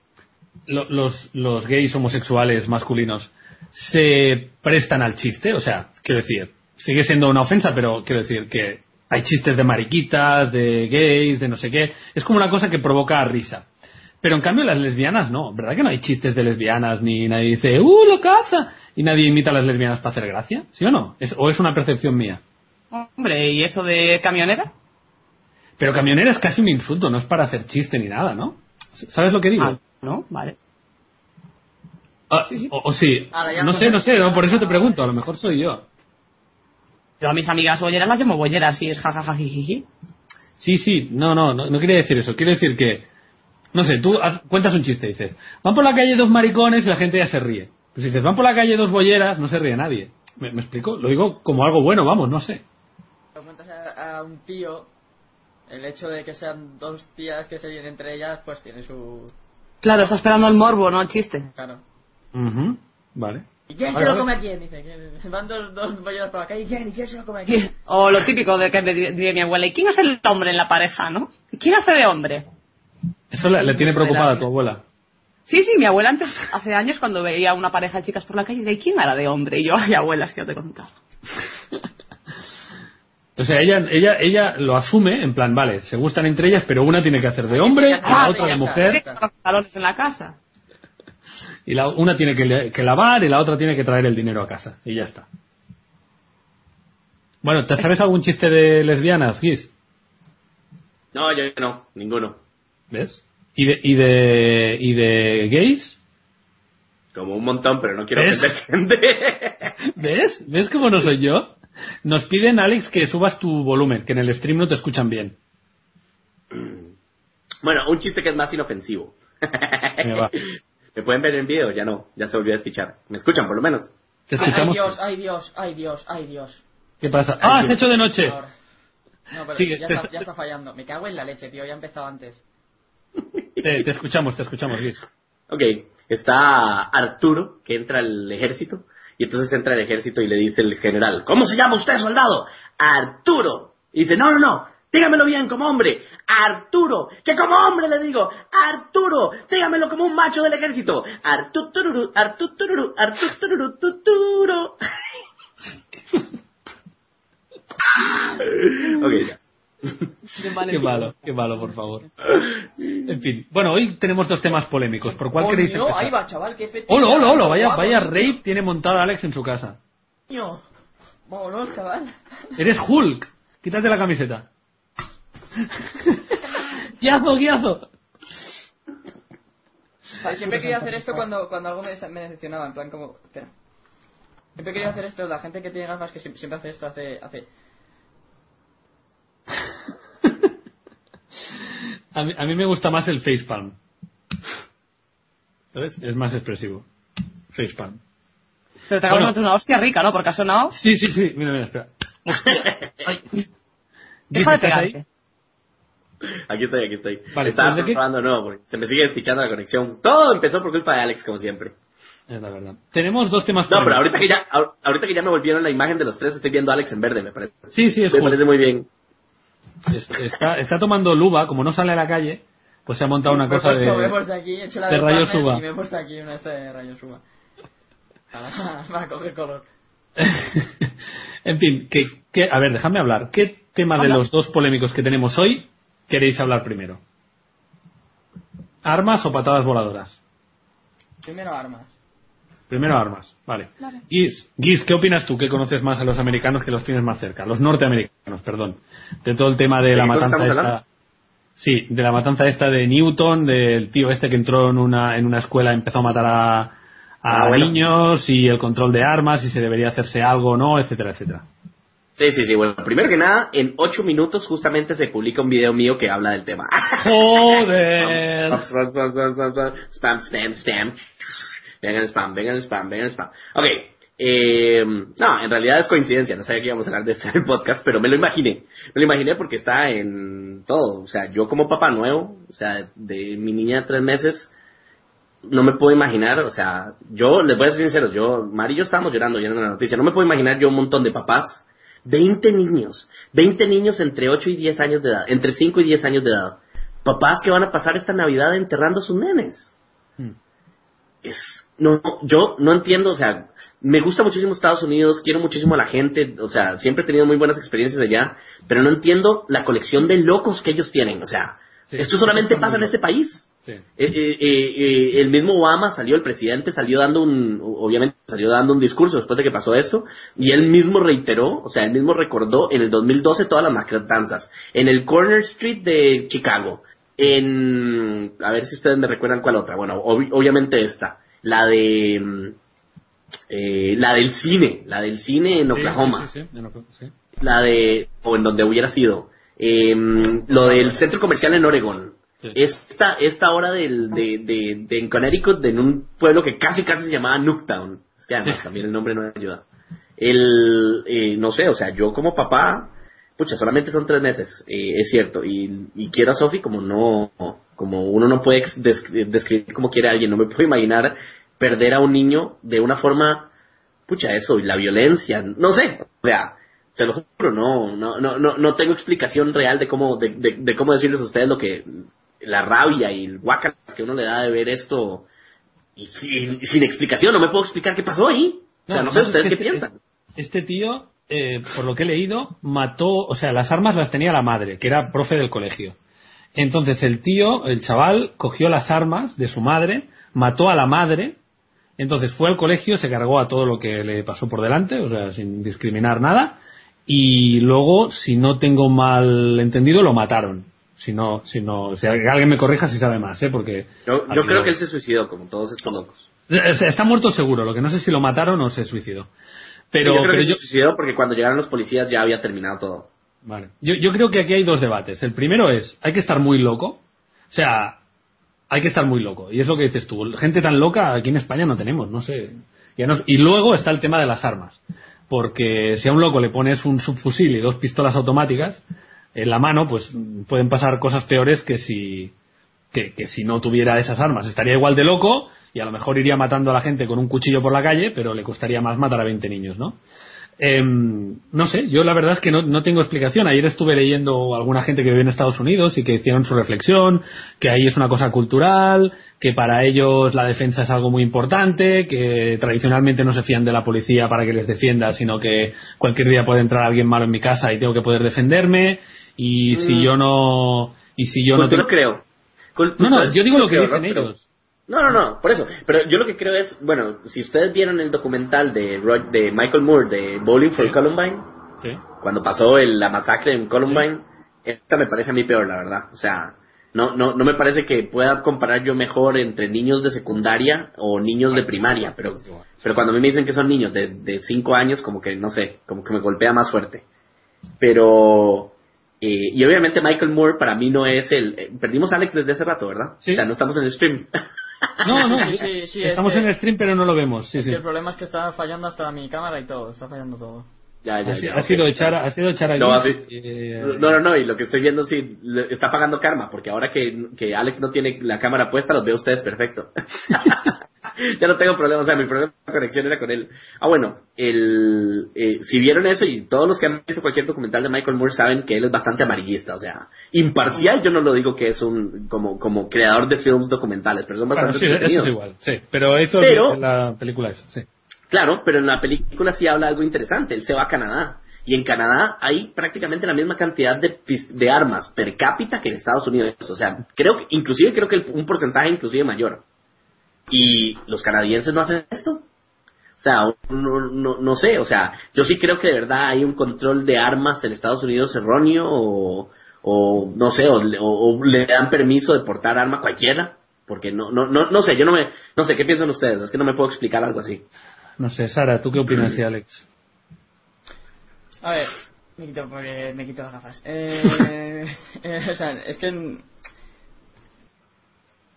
S1: lo- los, los gays homosexuales masculinos, se prestan al chiste? O sea, quiero decir, sigue siendo una ofensa, pero quiero decir que hay chistes de mariquitas, de gays, de no sé qué. Es como una cosa que provoca risa. Pero en cambio las lesbianas no, ¿verdad que no hay chistes de lesbianas ni nadie dice, ¡uh, lo caza! Y nadie imita a las lesbianas para hacer gracia, ¿sí o no? Es- o es una percepción mía.
S4: Hombre, ¿y eso de camionera?
S1: Pero camionera es casi un insulto, no es para hacer chiste ni nada, ¿no? ¿Sabes lo que digo?
S4: Ah, no, vale.
S1: Ah, O, o sí,
S2: Ahora ya
S1: no
S2: no
S1: sé,
S2: sé.
S1: no sé, no, por eso te pregunto, a lo mejor soy yo.
S4: Yo a mis amigas bolleras las llamo bolleras y es jajajajijiji.
S1: Sí, sí, no, no, no, no quería decir eso, quiero decir que, no sé, tú haz- cuentas un chiste, dices, van por la calle dos maricones y la gente ya se ríe. Pues dices, van por la calle dos bolleras, no se ríe nadie. ¿Me, me explico? Lo digo como algo bueno, vamos, no sé.
S2: Lo cuentas a, a un tío, el hecho de que sean dos tías que se vienen entre ellas, pues tiene su.
S4: Claro, está esperando el morbo, no el chiste.
S2: Claro.
S1: Ujú, Vale.
S2: ¿Y quién
S1: Vale,
S2: se lo
S1: vale.
S2: come a quién? Dice, que van dos, dos bolleras por acá y quién, y quién se lo come a quién.
S4: O lo típico de que me di- diría mi abuela, ¿y quién es el hombre en la pareja, no? ¿Quién hace de hombre?
S1: Eso la- le tiene preocupada a tu abuela.
S4: Sí, sí, mi abuela antes, hace años, cuando veía una pareja de chicas por la calle, decía, "¿Y ¿quién era de hombre? Y yo, ay, abuela, es que no te contaba.
S1: O sea, ella, ella, ella lo asume en plan, vale, se gustan entre ellas, pero una tiene que hacer de hombre, la
S2: Ah, sí,
S1: otra
S2: ya
S1: de
S2: está.
S1: mujer,
S4: Tiene los balones en la casa.
S1: y la, una tiene que, le- que lavar y la otra tiene que traer el dinero a casa. Y ya está. Bueno, ¿te sabes algún chiste de lesbianas, Gis?
S3: No, yo no, ninguno.
S1: ¿Ves? ¿Y de, y de, y de gays?
S3: Como un montón, pero no quiero
S1: ¿Ves?
S3: ofender gente.
S1: ¿Ves? ¿Ves cómo no soy yo? Nos piden, Alex, que subas tu volumen, que en el stream no te escuchan bien.
S3: bueno, un chiste que es más inofensivo.
S1: Me va.
S3: Me pueden ver en video, ya no, ya se volvió a escuchar. Me escuchan, por lo menos.
S1: ¿Te escuchamos?
S2: Ay, Dios, ay Dios, ay Dios, ay Dios.
S1: ¿Qué pasa? ¡Ah, has
S3: Dios.
S1: hecho de noche!
S2: Ahora. No, pero
S1: Sigue,
S2: ya,
S1: te-
S2: está, ya está fallando. Me cago en la leche, tío, ya he empezado antes.
S1: Te, te escuchamos, te escuchamos, Gis.
S3: Ok, está Arturo, que entra al ejército, y entonces entra al ejército y le dice el general, ¿cómo se llama usted, soldado? Arturo. Y dice, no, no, no, Dígamelo bien como hombre, Arturo, que como hombre le digo, Arturo, dígamelo como un macho del ejército, Arturo, Arturo, Arturo, Arturo. ok, ya.
S1: Qué malo, qué malo, por favor. En fin. Bueno, hoy tenemos dos temas polémicos. ¿Por cuál queréis
S2: Oh, no,
S1: empezar?
S2: ahí va, chaval, qué efecto.
S1: Hola, hola, hola. Vaya, vaya rape tiene montada Alex en su casa.
S2: Coño. Vámonos, chaval.
S1: Eres Hulk. Quítate la camiseta. guiazo, guiazo.
S2: Vale, siempre quería hacer esto cuando, cuando algo me, desa- me decepcionaba, en plan como... Espera. Siempre quería hacer esto, la gente que tiene gafas que siem- siempre hace esto, hace... hace
S1: A mí, a mí me gusta más el facepalm. ¿Sabes? Es más expresivo. Facepalm.
S4: Pero te acabas de
S1: Bueno.
S4: meter una hostia rica, ¿no? Porque ha sonado.
S1: Sí, sí, sí. Mira, mira, espera. Ay.
S4: Deja de
S1: ¿Estás ahí?
S4: pegarte.
S3: Aquí estoy, aquí estoy.
S1: Vale,
S3: Estaba
S1: ¿desde qué?
S3: probando de nuevo porque se me sigue estichando la conexión. Todo empezó por culpa de Alex, como siempre.
S1: Es Eh, la verdad. Tenemos dos temas
S3: No, pero
S1: polémicos.
S3: ahorita que ya, ahor- ahorita que ya me volvieron la imagen de los tres, estoy viendo a Alex en verde, me parece.
S1: Sí, sí, es
S3: me
S1: Hulk.
S3: parece muy bien.
S1: Es- Está, está tomando luba, como no sale a la calle, pues se ha montado una
S2: me he
S1: cosa
S2: puesto- Me he
S1: de...
S2: puesto aquí, he hecho la
S1: de
S2: del
S1: rayos
S2: Batman
S1: uva.
S2: Y me he puesto aquí una esta de rayos uva. Para, para coger color.
S1: en fin, que, que- a ver, déjame hablar. ¿Qué tema de
S4: Habla.
S1: los dos polémicos que tenemos hoy queréis hablar primero? ¿Armas o patadas voladoras?
S2: Primero armas.
S1: Primero armas, vale. Giz, Giz, ¿qué opinas tú que conoces más a los americanos que los tienes más cerca? Los norteamericanos, perdón. De todo el tema de,
S3: ¿De
S1: la
S3: qué cosa
S1: matanza
S3: estamos
S1: esta.
S3: hablando?
S1: Sí, de la matanza esta de Newton, del tío este que entró en una, en una escuela, empezó a matar a, a
S3: Ah, bueno.
S1: niños y el control de armas, si se debería hacerse algo o no, etcétera, etcétera.
S3: Sí, sí, sí. Bueno, primero que nada, en ocho minutos justamente se publica un video mío que habla del tema.
S1: Joder.
S3: Spam, spam, spam, spam, spam, spam, spam, spam. Vengan el spam, vengan el spam, vengan el spam. Ok. eh, no, en realidad es coincidencia. No sabía que íbamos a hablar de esto en el podcast, pero me lo imaginé. Me lo imaginé porque está en todo. O sea, yo como papá nuevo, o sea, de mi niña de tres meses, no me puedo imaginar, o sea, yo les voy a ser sincero, yo, Mari y yo estábamos llorando viendo la noticia, no me puedo imaginar yo un montón de papás, 20 niños, 20 niños entre 8 y 10 años de edad, entre 5 y 10 años de edad, papás que van a pasar esta Navidad enterrando a sus nenes.
S1: Hmm.
S3: Es- no, yo no entiendo, o sea, me gusta muchísimo Estados Unidos, quiero muchísimo a la gente, o sea, siempre he tenido muy buenas experiencias allá, pero no entiendo la colección de locos que ellos tienen, o sea,
S1: Sí,
S3: esto solamente
S1: está muy
S3: pasa en
S1: loco.
S3: este país.
S1: Sí.
S3: Eh, eh, eh, eh, el mismo Obama salió, el presidente salió dando un, obviamente salió dando un discurso después de que pasó esto, y él mismo reiteró, o sea, él mismo recordó en el 2012 todas las matanzas, en el Corner Street de Chicago, en, a ver si ustedes me recuerdan cuál otra, bueno, ob- obviamente esta, la de, mm, eh, la del cine, la del cine en
S1: Sí,
S3: Oklahoma
S1: sí, sí, sí, en Oklahoma, sí.
S3: la de o en donde hubiera sido Em, lo del centro comercial en Oregon
S1: Sí.
S3: esta esta hora del, de, de, de en Connecticut de en un pueblo que casi casi se llamaba Nuketown es que además
S1: Sí.
S3: también el nombre no me ayuda el eh, no sé o sea yo como papá pucha solamente son tres meses eh, es cierto y, y quiero a Sofi como no como uno no puede ex- descri- describir como quiere a alguien no me puedo imaginar perder a un niño de una forma pucha eso y la violencia no sé o sea te lo juro no no no no, no tengo explicación real de cómo de, de- de cómo decirles a ustedes lo que la rabia y el guacalas que uno le da de ver esto y sin, sin explicación no me puedo explicar qué pasó ahí o sea no, sé
S1: además
S3: ustedes
S1: es
S3: qué
S1: que este-
S3: piensan
S1: Este tío, eh, por lo que he leído, mató, o sea, las armas las tenía la madre, que era profe del colegio. Entonces el tío, el chaval, cogió las armas de su madre, mató a la madre, entonces fue al colegio, se cargó a todo lo que le pasó por delante, o sea, sin discriminar nada, y luego, si no tengo mal entendido, lo mataron. Si no, si no, si alguien me corrija si sabe más, ¿eh? Porque
S3: yo,
S1: ha
S3: yo
S1: sido-
S3: creo que él se suicidó como todos estos locos
S1: Está está muerto seguro, lo que no sé si lo mataron o se suicidó. Pero
S3: yo creo
S1: pero
S3: que se suicidó porque cuando llegaron los policías ya había terminado todo
S1: Vale. Yo, yo creo que aquí hay dos debates. El primero es, hay que estar muy loco. O sea, hay que estar muy loco. Y es lo que dices tú. Gente tan loca aquí en España no tenemos, no sé. Ya no- y luego está el tema de las armas. Porque si a un loco le pones un subfusil y dos pistolas automáticas en la mano, pues mm, pueden pasar cosas peores que si, que, que si no tuviera esas armas. Estaría igual de loco y a lo mejor iría matando a la gente con un cuchillo por la calle, pero le costaría más matar a 20 niños, ¿no? Em, no sé, yo la verdad es que no, no tengo explicación. Ayer estuve leyendo alguna gente que vive en Estados Unidos y que hicieron su reflexión, que ahí es una cosa cultural, que para ellos la defensa es algo muy importante, que tradicionalmente no se fían de la policía para que les defienda, sino que cualquier día puede entrar alguien malo en mi casa y tengo que poder defenderme. Y si
S3: Mm.
S1: yo no, y si yo no
S3: Culturas
S1: tengo-
S3: creo.
S1: No,
S3: Culturas
S1: no, yo digo lo que
S3: creo,
S1: dicen
S3: ¿no? Pero-
S1: ellos.
S3: No, no, no, por eso. Pero yo lo que creo es, bueno, si ustedes vieron el documental de, Rod- de Michael Moore de Bowling for
S1: Sí.
S3: Columbine,
S1: Sí.
S3: cuando pasó el- la masacre en Columbine, esta me parece a mí peor, la verdad. O sea, no, no, no me parece que pueda comparar yo mejor entre niños de secundaria o niños de primaria, pero, pero cuando a mí me dicen que son niños de, de cinco años, como que, no sé, como que me golpea más fuerte. Pero, eh, y obviamente Michael Moore para mí no es el... eh, perdimos a Alex desde hace rato, ¿verdad?
S1: Sí.
S3: O sea, no estamos en el stream.
S1: No, no,
S2: Sí, sí, sí, es
S1: estamos
S2: que-
S1: en el stream pero no lo vemos. Sí,
S2: Es
S1: sí.
S2: que el problema es que está fallando hasta mi cámara y todo, está fallando todo.
S3: ya,
S1: Ha, si-
S3: ya,
S1: ha sido
S3: ok.
S1: echar, a- ha sido echar a
S3: No,
S1: Luis,
S3: así-
S1: eh,
S3: No, no, no, y lo que estoy viendo sí le- está pagando karma, porque ahora que, que Alex no tiene la cámara puesta, los veo a ustedes perfecto. ya no tengo problema, o sea, mi problema de conexión era con él. Ah, bueno, el, eh, si vieron eso y todos los que han visto cualquier documental de Michael Moore saben que él es bastante amarillista, o sea, imparcial, yo no lo digo que es un, como, como creador de films documentales, pero son
S1: Bueno,
S3: bastante
S1: sí, eso
S3: entretenidos.
S1: es igual, sí. Pero eso
S3: Pero-
S1: es la película esa, sí.
S3: Claro, pero en la película sí habla algo interesante. Él se va a Canadá. Y en Canadá hay prácticamente la misma cantidad de, pis- de armas per cápita que en Estados Unidos. O sea, creo que, inclusive creo que el- un porcentaje inclusive mayor. Y los canadienses no hacen esto. O sea, no, no, no sé. O sea, yo sí creo que de verdad hay un control de armas en Estados Unidos erróneo o, o no sé, o, le- o- o le dan permiso de portar arma a cualquiera. Porque no, no, no, no sé, yo no me, no sé, ¿qué piensan ustedes? Es que no me puedo explicar algo así.
S1: No sé, Sara, ¿tú qué opinas de Alex?
S2: A ver, me quito, porque me quito las gafas. Eh, eh, o sea, es que en-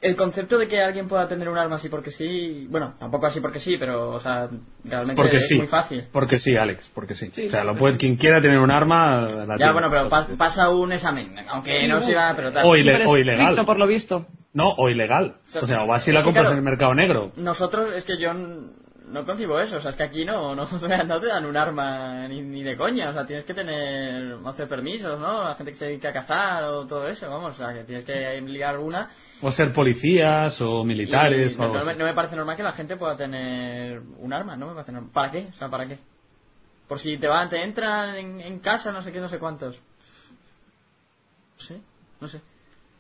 S2: el concepto de que alguien pueda tener un arma así porque sí, bueno, tampoco así porque sí, pero, o sea, realmente
S1: Porque
S2: es
S1: sí.
S2: muy fácil.
S1: Porque sí, Alex, porque sí.
S4: Sí,
S1: o sea, lo
S4: porque
S1: puede, quien quiera tener un arma, la tiene.
S2: Ya, bueno, pero pa- pasa un examen, aunque no se va, pero tal.
S1: Hoy. O ile-
S4: Súper
S1: o ilegal.
S4: estricto, por lo visto.
S1: No, o ilegal. O sea, o vas y la
S2: Sí,
S1: compras
S2: claro.
S1: en el mercado negro.
S2: Nosotros, es que yo n- no concibo eso, o sea, es que aquí no, no, o sea, no te dan un arma ni, ni de coña, o sea, tienes que tener, hacer permisos, ¿no? La gente que se dedica a cazar o todo eso, vamos, o sea, que tienes que ligar una.
S1: O ser policías, o
S2: y
S1: militares, o
S2: no,
S1: algo
S2: no me,
S1: así.
S2: no me parece normal que la gente pueda tener un arma, no me parece normal. ¿Para qué? O sea, ¿para qué? Por si te van, te entran en, en casa, no sé qué, no sé cuántos. Sí, no sé.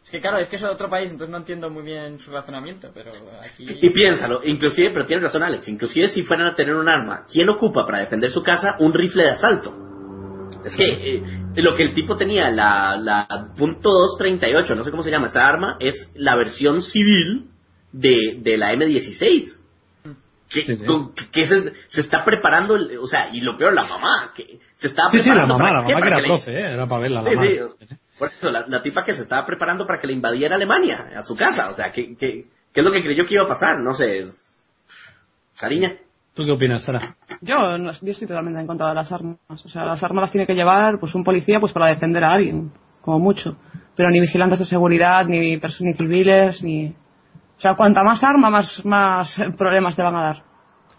S2: Es que claro, es que es otro país, entonces no entiendo muy bien su razonamiento, pero aquí...
S3: Y piénsalo, inclusive, pero tienes razón Alex, inclusive si fueran a tener un arma, ¿quién ocupa para defender su casa un rifle de asalto? Es que eh, lo que el tipo tenía, la, la .238, no sé cómo se llama esa arma, es la versión civil de, de la M16. Que,
S1: Sí, sí.
S3: con- que se, se está preparando, el- o sea, y lo peor, la mamá, que se está
S1: Sí, sí, la
S3: preparando
S1: mamá,
S3: para
S1: la
S3: qué,
S1: mamá que
S3: para
S1: era
S3: le-
S1: profe, eh, era para verla, la
S3: Sí,
S1: mamá.
S3: sí. Por eso, la, la tipa que se estaba preparando para que le invadiera Alemania, a su casa. O sea, ¿qué, qué, qué es lo que creyó que iba a pasar? No sé. es- Sariña.
S1: ¿Tú qué opinas, Sara?
S4: Yo, no- yo estoy totalmente en contra de las armas. O sea, las armas las tiene que llevar pues un policía pues para defender a alguien, como mucho. Pero ni vigilantes de seguridad, ni personas civiles, ni... O sea, cuanta más arma, más, más eh, problemas te van a dar.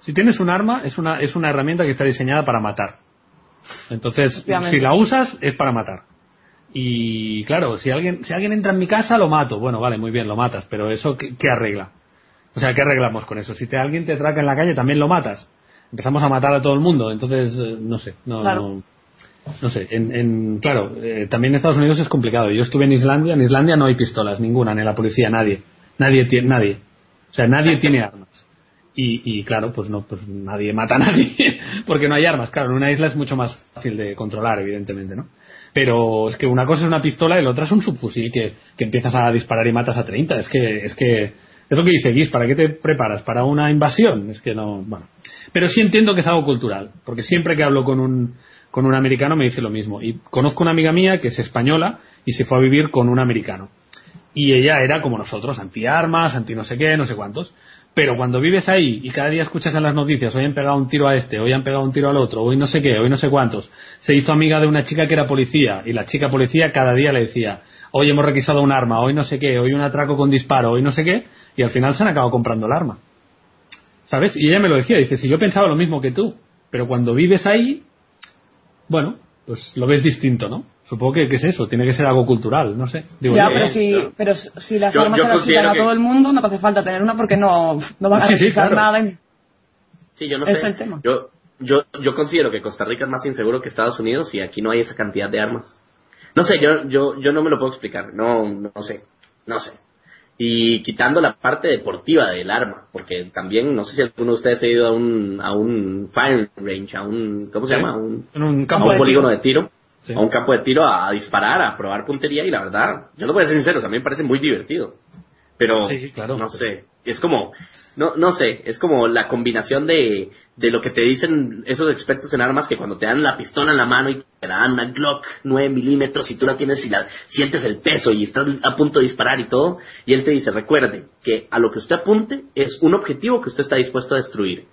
S1: Si tienes un arma, es una, es una herramienta que está diseñada para matar. Entonces,
S4: Efectivamente.
S1: si la usas, es para matar. Y claro, si alguien, si alguien entra en mi casa, lo mato. Bueno, vale, muy bien, lo matas, pero eso, ¿qué, qué arregla? O sea, ¿qué arreglamos con eso? Si te, alguien te atraca en la calle, también lo matas. Empezamos a matar a todo el mundo, entonces, eh, no sé, no,
S4: Claro.
S1: no, no sé. En, en- claro, eh, también en Estados Unidos es complicado. Yo estuve en Islandia, en Islandia no hay pistolas, ninguna, ni la policía, nadie. Nadie tiene, nadie. O sea, nadie tiene armas. Y, y claro, pues no, pues nadie mata a nadie, porque no hay armas. Claro, en una isla es mucho más fácil de controlar, evidentemente, ¿no? Pero es que una cosa es una pistola y la otra es un subfusil que, que empiezas a disparar y matas a 30. Es que, es que, es lo que dice Guis, ¿para qué te preparas? ¿Para una invasión? Es que no, bueno. Pero sí entiendo que es algo cultural, porque siempre que hablo con un, con un americano me dice lo mismo. Y conozco una amiga mía que es española y se fue a vivir con un americano y ella era como nosotros, anti armas, anti no sé qué, no sé cuántos. Pero cuando vives ahí y cada día escuchas en las noticias, hoy han pegado un tiro a este, hoy han pegado un tiro al otro, hoy no sé qué, hoy no sé cuántos, se hizo amiga de una chica que era policía y la chica policía cada día le decía, hoy hemos requisado un arma, hoy no sé qué, hoy un atraco con disparo, hoy no sé qué, y al final se han acabado comprando el arma. ¿Sabes? Y ella me lo decía, dice, si yo pensaba lo mismo que tú, pero cuando vives ahí Bueno, pues lo ves distinto, ¿no? Supongo que, que es eso, tiene que ser algo cultural, no sé. Digo,
S4: ya,
S1: yo,
S4: pero
S1: ¿eh?
S4: si,
S3: claro.
S4: pero si las
S3: Yo-
S4: armas
S3: yo
S4: se las quitan
S3: considero
S4: a
S3: que-
S4: todo el mundo, no te hace falta tener una porque no, no van a
S1: Sí, sí,
S4: requisar
S1: claro.
S4: nada. y-
S3: Sí, yo no
S4: Es
S3: sé.
S4: el tema.
S3: Yo, yo, yo considero que Costa Rica es más inseguro que Estados Unidos y aquí no hay esa cantidad de armas. No sé, yo, yo, yo no me lo puedo explicar. No, no sé. No sé. Y quitando la parte deportiva del arma, porque también, no sé si alguno de ustedes ha ido a un, a un firing range, a un, ¿cómo se
S1: Sí.
S3: llama? A un,
S1: En un
S3: a
S1: campo
S3: un
S1: de
S3: polígono de tiro.
S1: Sí.
S3: A un campo de tiro a, a disparar, a probar puntería y la verdad, yo lo voy a ser sincero, a mí me parece muy divertido. Pero,
S1: Sí, claro.
S3: no sé, es como, no, no sé, es como la combinación de, de lo que te dicen esos expertos en armas que cuando te dan la pistola en la mano y te dan una Glock 9 milímetros y tú la tienes y la sientes el peso y estás a punto de disparar y todo, y él te dice, recuerde que a lo que usted apunte es un objetivo que usted está dispuesto a destruir.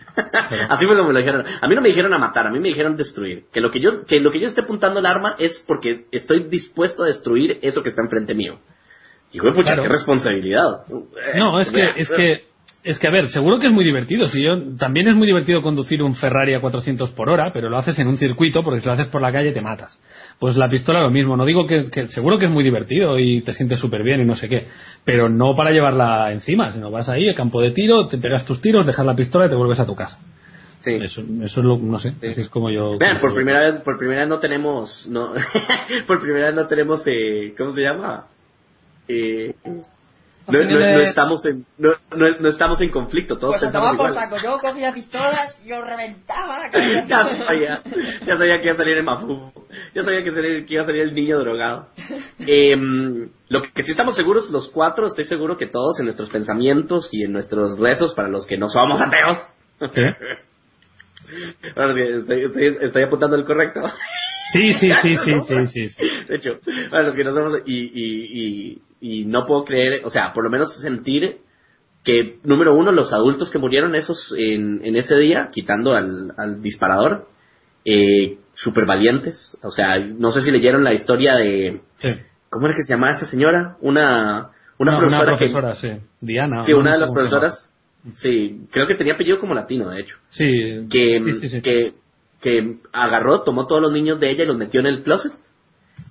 S3: Así fue como me lo dijeron. A mí no me dijeron a matar, a mí me dijeron destruir. Que lo que yo, que lo que yo esté apuntando el arma es porque estoy dispuesto a destruir eso que está enfrente mío. Hijo de pucha,
S1: Claro.
S3: qué responsabilidad.
S1: Eh, No, es que, es que, es que, a ver, seguro que es muy divertido. Si yo, también es muy divertido conducir un Ferrari a 400 por hora, pero lo haces en un circuito, porque si lo haces por la calle te matas. Pues la pistola lo mismo. No digo que, que seguro que es muy divertido y te sientes súper bien y no sé qué, pero no para llevarla encima, sino vas ahí al campo de tiro, te pegas tus tiros, dejas la pistola y te vuelves a tu casa.
S3: Sí.
S1: Eso, eso es lo, no sé,
S3: Sí.
S1: así es como yo.
S3: Vean,
S1: como
S3: por
S1: yo-
S3: primera vez, por primera vez no tenemos, no, por primera vez no tenemos, eh, ¿cómo se llama? Eh, no, no- no
S4: Opiniones-
S3: estamos en, no, no- no estamos en conflicto, todos
S2: Pues se
S3: pensamos
S2: tomaba por
S3: igual.
S2: saco. Yo cogía pistolas, yo reventaba la
S3: ya
S2: cabeza.
S3: sabía, ya sabía que iba a salir el mafufo. Ya sabía que, salir- que iba a salir el niño drogado. Em, lo que sí estamos seguros, los cuatro, estoy seguro que todos en nuestros pensamientos y en nuestros rezos para los que no somos ateos.
S1: ¿Qué?
S3: Ahora sí, Estoy, estoy- estoy apuntando el correcto.
S1: Sí, sí, sí, sí, sí, sí, sí.
S3: De hecho, para los que no somos. Y, y, y, y no puedo creer, o sea, por lo menos sentir que, número uno, los adultos que murieron esos en, en ese día, quitando al, al disparador, eh, súper valientes. O sea, no sé si leyeron la historia de.
S1: Sí.
S3: ¿Cómo era que se llamaba esta señora? Una,
S1: Una,
S3: una, profesora, que-
S1: profesora, sí. Diana.
S3: Sí,
S1: no
S3: una
S1: sé
S3: de las
S1: cómo se llama.
S3: profesoras. Sí, creo que tenía apellido como latino, de hecho
S1: Sí.
S3: que,
S1: sí, sí, sí.
S3: que, que agarró, tomó todos los niños de ella y los metió en el closet.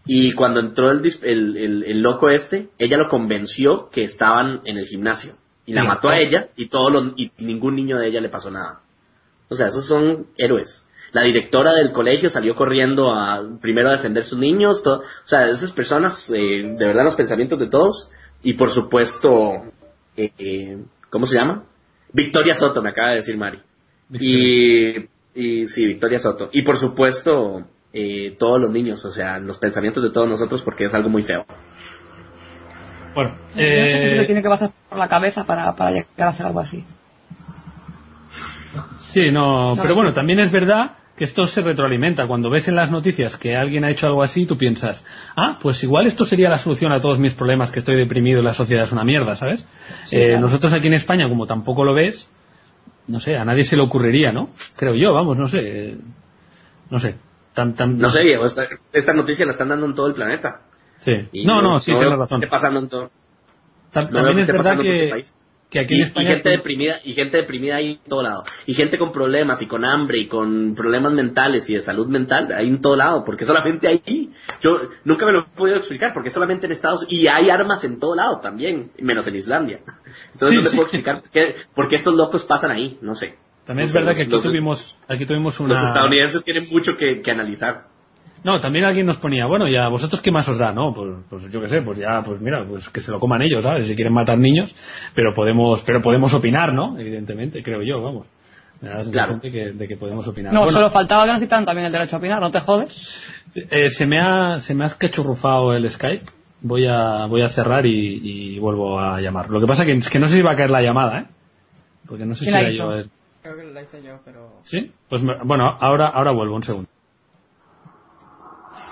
S3: Y cuando entró el, dis- el, el- el loco este, ella lo convenció que estaban en el gimnasio. Y la
S1: Sí.
S3: mató a ella y, todos los- y ningún niño de ella le pasó nada. O sea, esos son héroes. La directora del colegio salió corriendo a primero a defender sus niños. to- o sea, esas personas, eh, de verdad, los pensamientos de todos. Y por supuesto, eh, eh, ¿cómo se llama? Victoria Soto, me acaba de decir Mari. Y, y sí, Victoria Soto. Y por supuesto, eh, todos los niños, o sea, los pensamientos de todos nosotros, porque es algo muy feo.
S1: Bueno,
S4: Yo no sé qué se
S1: eh,
S4: le tiene que pasar por la cabeza para, para llegar a hacer algo así.
S1: sí, no,
S4: No,
S1: pero
S4: sí.
S1: bueno, también es verdad que esto se retroalimenta. Cuando ves en las noticias que alguien ha hecho algo así, tú piensas, ah, pues igual esto sería la solución a todos mis problemas, que estoy deprimido y la sociedad es una mierda, ¿sabes?
S4: Sí,
S1: Eh,
S4: claro.
S1: Nosotros aquí en España, como tampoco lo ves, no sé, a nadie se le ocurriría, ¿no? Creo yo, vamos, no sé. eh, No sé. Tan, tan,
S3: No sé, viejo, esta, esta noticia la están dando en todo el planeta.
S1: Sí.
S3: Y
S1: No, no, sí,
S3: veo
S1: tienes
S3: que
S1: razón.
S3: esté pasando en todo.
S1: Tam-
S3: no veo
S1: También
S3: que
S1: es
S3: esté
S1: verdad
S3: pasando en muchos
S1: que,
S3: países.
S1: que aquí
S3: Y,
S1: en
S3: y
S1: España.
S3: gente deprimida y gente deprimida hay en todo lado y gente con problemas y con hambre y con problemas mentales y de salud mental hay en todo lado porque solamente ahí yo nunca me lo he podido explicar porque solamente en Estados y hay armas en todo lado también menos en Islandia entonces
S1: Sí,
S3: no te
S1: sí.
S3: puedo explicar por qué, por qué estos locos pasan ahí no sé
S1: También
S3: No
S1: es
S3: sé,
S1: verdad que
S3: los-
S1: aquí
S3: los-
S1: tuvimos, aquí tuvimos
S3: los
S1: una.
S3: estadounidenses tienen mucho que, que analizar
S1: No, también alguien nos ponía, bueno, ya vosotros qué más os da, ¿no? Pues, pues yo qué sé, pues ya, pues mira, pues que se lo coman ellos, ¿sabes? Si quieren matar niños, pero podemos, pero podemos opinar, ¿no? Evidentemente, creo yo, vamos. Me da la sensación
S3: Claro.
S1: de que, de que podemos opinar.
S4: No,
S1: Bueno,
S4: solo faltaba que nos quitaran también el derecho a opinar, no te jodes.
S1: eh, se me ha, se me ha cachurrufado el Skype. Voy a, voy a cerrar y, y vuelvo a llamar. Lo que pasa que, es que no sé si va a caer la llamada, ¿eh? Porque no sé si
S4: ¿Quién la
S1: era
S4: hizo?
S1: yo. el-
S2: Creo que la hice yo, pero...
S1: ¿Sí? Pues me- bueno, ahora, ahora vuelvo un segundo.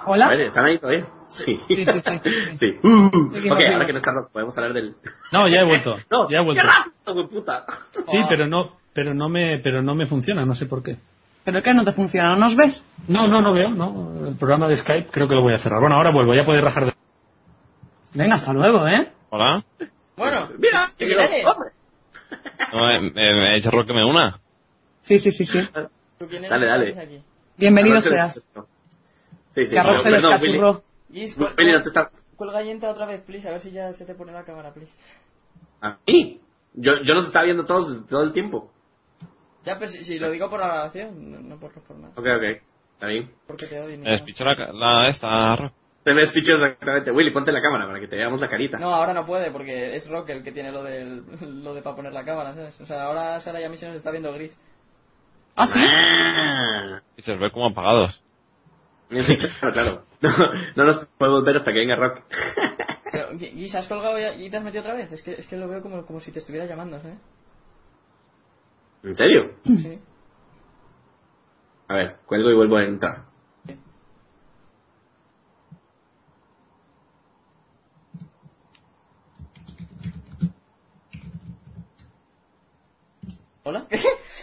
S4: Hola.
S3: A ver, ¿están ahí todavía? Sí.
S4: Sí, sí, sí, sí, sí.
S3: Sí. Uh,
S4: Sí,
S3: ok,
S4: sí.
S3: ahora que no está Rock, podemos hablar del...
S1: No, ya he vuelto.
S3: No,
S1: ya he vuelto.
S3: ¡Qué rápido, güey, puta!
S1: Sí, pero no, pero no me, pero no me funciona, no sé por qué.
S4: ¿Pero es que no te funciona? ¿No nos ves?
S1: No, no, no veo, no. El programa de Skype creo que lo voy a cerrar. Bueno, ahora vuelvo, ya podéis rajar de.
S4: Venga, hasta luego, ¿eh?
S5: Hola.
S2: Bueno,
S3: Mira,
S2: ¿qué eres?
S3: hombre.
S5: No, eh, eh, me ha dicho Rock que me una.
S4: Sí, sí, sí, sí.
S2: ¿Tú quién eres?
S3: Dale,
S2: ¿Qué
S3: dale.
S2: haces aquí?
S4: Bienvenido
S3: Rock se
S4: seas.
S3: desconectó. Sí, sí.
S4: Que a Rob se le
S3: Perdón,
S4: escachurró.
S2: Guis,
S3: Willy,
S2: cuel-
S3: Willy, no te estás...
S2: cuelga y entra otra vez, please, a ver si ya se te pone la cámara, please.
S3: A mí. Ah. Yo, yo los estaba viendo todos todo el tiempo.
S2: Ya, pero si, si lo digo por la grabación, no, no por, por nada.
S3: Ok, ok. Está bien.
S2: Porque te odio. ni
S5: Me
S2: nada.
S5: despichó la, la esta, Rock.
S3: Se me despichó exactamente. Willy, ponte la cámara para que te veamos la carita.
S2: No, ahora no puede, porque es Rock el que tiene lo, del, lo de para poner la cámara, ¿sabes? O sea, ahora Sara ya a mí se nos está viendo gris.
S4: Ah, sí.
S3: Ah.
S5: Y se los ve como apagados.
S3: Sí, claro, claro. No, no nos podemos ver hasta que venga Rock.
S2: Pero, Gui- Guis, ¿has colgado ya- y te has metido otra vez? Es que, es que lo veo como, como si te estuviera llamando, ¿sabes?
S3: ¿En serio?
S2: Sí.
S3: A ver, cuelgo y vuelvo a entrar.
S2: ¿Hola?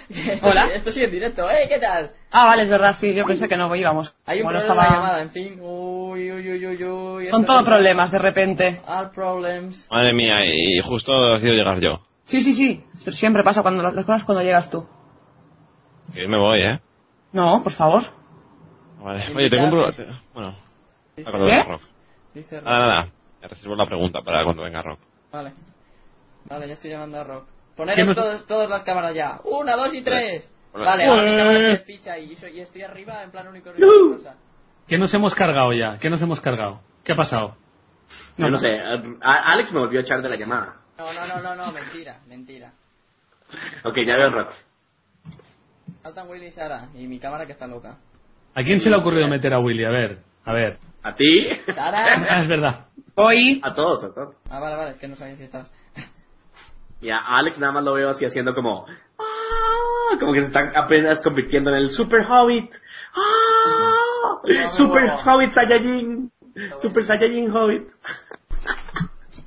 S2: Esto
S4: Hola.
S2: sí- Esto sí en directo, ¿eh? ¿Qué tal?
S4: Ah, vale, es verdad, sí, yo pensé que no íbamos.
S2: Hay un
S4: Bueno,
S2: problema de
S4: estaba-
S2: llamada, en fin. Uy, uy, uy, uy, uy.
S4: Son
S2: esto
S4: todo
S2: es-
S4: problemas, de repente.
S2: All problems.
S5: Madre mía, y justo ha sido llegar yo.
S4: Sí, sí, sí, pero siempre pasa cuando las cosas cuando llegas tú.
S5: Que me voy, ¿eh?
S4: No, por favor.
S5: Vale. Oye, te compro... Bueno, cuando
S4: ¿Qué?
S5: venga Rock.
S2: Dice Rock.
S1: Ah.
S5: Nada, nada. Te reservo la pregunta para cuando venga Rock.
S2: Vale. Vale, ya estoy llamando a Rock. Poneros
S1: ¿Qué nos-
S2: todos, todas las cámaras ya. Una, dos y tres.
S5: Hola.
S2: Vale, ahora mi cámara se
S1: Ué.
S2: despicha y, soy- y estoy arriba en plan unicornio. de rosa.
S1: ¿Qué nos hemos cargado ya? ¿Qué nos hemos cargado? ¿Qué ha pasado?
S3: Yo no sé. Eh, a- Alex me volvió a echar de la llamada.
S2: No, no, no, no, no, mentira, mentira.
S3: Ok, ya veo a Rock.
S2: Faltan Willy y Sara y mi cámara que está loca.
S1: ¿A quién se le ha ocurrido meter a Willy? A ver, a ver.
S3: A ti.
S2: ¡Sara!
S1: Ah, es verdad.
S4: Hoy,
S3: A todos, a todos.
S2: Ah, vale, vale, es que no sabía si estabas.
S3: Y a Alex nada más lo veo así haciendo como... "Ah", Como que se están apenas convirtiendo en el Super Hobbit. ¡Ah!
S2: No,
S3: Super
S2: no.
S3: Hobbit Saiyajin. Super Saiyajin Hobbit.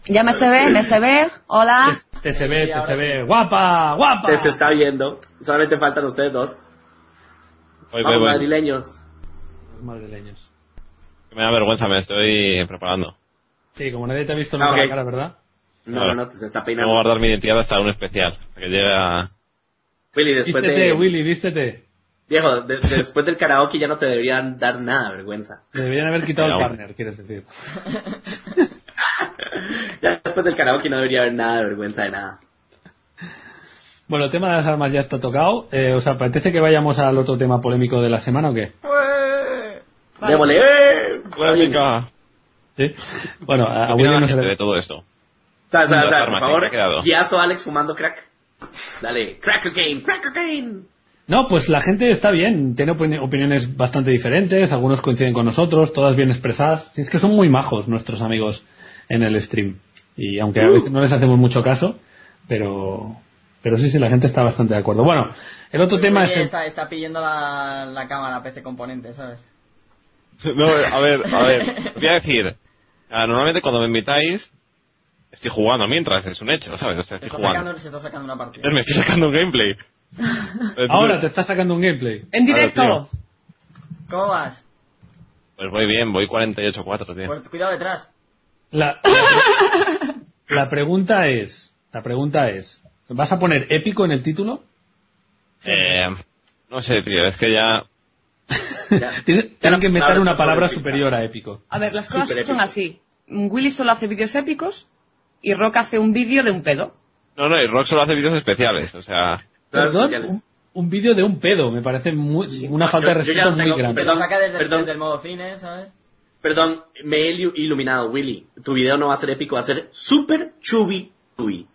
S4: ya me se ve, me se ve,
S3: Ah.
S4: hola.
S1: Te se ve,
S2: Sí,
S1: te
S2: ahora
S1: se ve. ¡Guapa! ¡Guapa!
S3: Se está viendo. Solamente faltan ustedes dos.
S5: Voy, voy,
S3: Vamos,
S5: voy.
S3: madrileños.
S1: Los madrileños.
S5: Que Me da vergüenza, me estoy preparando.
S1: Sí, como nadie te ha visto
S3: Ah,
S1: nunca
S3: ok.
S1: la cara, ¿verdad?
S3: No,
S5: Ahora.
S3: no, no, se está
S5: Tengo que
S3: peinando.
S5: guardar mi identidad hasta un especial. Hasta que llegue a...
S3: Willy, después
S1: Vístete,
S3: de...
S1: Willy, vístete.
S3: Viejo, de- de- después del karaoke ya no te deberían dar nada de vergüenza.
S1: Me deberían haber quitado el
S5: Venga,
S1: partner, quieres decir.
S3: Ya después del karaoke no debería haber nada de vergüenza de nada.
S1: Bueno, el tema de las armas ya está tocado. Eh, ¿Os apetece que vayamos al otro tema polémico de la semana o qué?
S4: Vale.
S3: Démosle, ¡eh!
S5: Polémica.
S1: Sí. Bueno, a, a
S5: ¿Qué
S1: Willy
S5: opina
S1: Ah, no
S5: la
S1: se
S5: gente
S1: le...
S5: de todo esto?
S3: O sea, o sea, o sea,
S5: Las
S3: por
S5: armas, ¿en qué ha
S3: favor,
S5: quedado?
S3: guiazo a Alex fumando crack. Dale, crack cocaine, crack cocaine.
S1: No, pues la gente está bien, tiene opini- opiniones bastante diferentes, algunos coinciden con nosotros, todas bien expresadas. Y Es que son muy majos nuestros amigos en el stream. Y aunque a veces no les hacemos mucho caso, pero, pero sí, sí, la gente está bastante de acuerdo. Bueno, el otro tema
S2: Willy
S1: es... el-
S2: está, está pillando la, la cámara PC componente, ¿sabes?
S5: No, a ver, a ver, voy a decir, ah, normalmente cuando me invitáis, estoy jugando mientras, es un hecho, ¿sabes? O sea,
S2: Se
S5: estoy
S2: está,
S5: jugando.
S2: sacando, se está sacando una partida.
S5: Entonces me estoy sacando un gameplay. Entonces, pues,
S1: Ahora te está sacando un gameplay.
S4: En directo.
S5: Claro,
S2: ¿Cómo vas?
S5: Pues voy bien, voy 48-4, tío.
S2: Pues cuidado detrás.
S1: La, la pregunta es, la pregunta es, ¿vas a poner épico en el título?
S5: Eh, no sé, tío, es que ya...
S3: Ya.
S1: Tienen
S3: Ya no
S1: tienen que meter
S3: sabes
S1: una
S3: que son
S1: palabra
S3: épicas.
S1: superior a épico.
S4: A ver, las
S3: Súper
S4: cosas son
S3: épico.
S4: así. Willy solo hace vídeos épicos y Rock hace un vídeo de un pedo.
S5: No, no, y Rock solo hace vídeos especiales, o sea...
S3: Redes
S1: Perdón,
S3: sociales.
S1: un, un vídeo de un pedo, me parece muy- una falta de
S3: Yo- yo ya
S1: respeto
S3: no
S1: muy
S3: tengo-
S1: grande.
S2: Lo
S3: Perdón,
S2: saca desde,
S3: perdón.
S2: desde el modo cine, ¿sabes?
S3: Perdón, me he ilu- iluminado, Willy. Tu video no va a ser épico, va a ser super chubi dubi.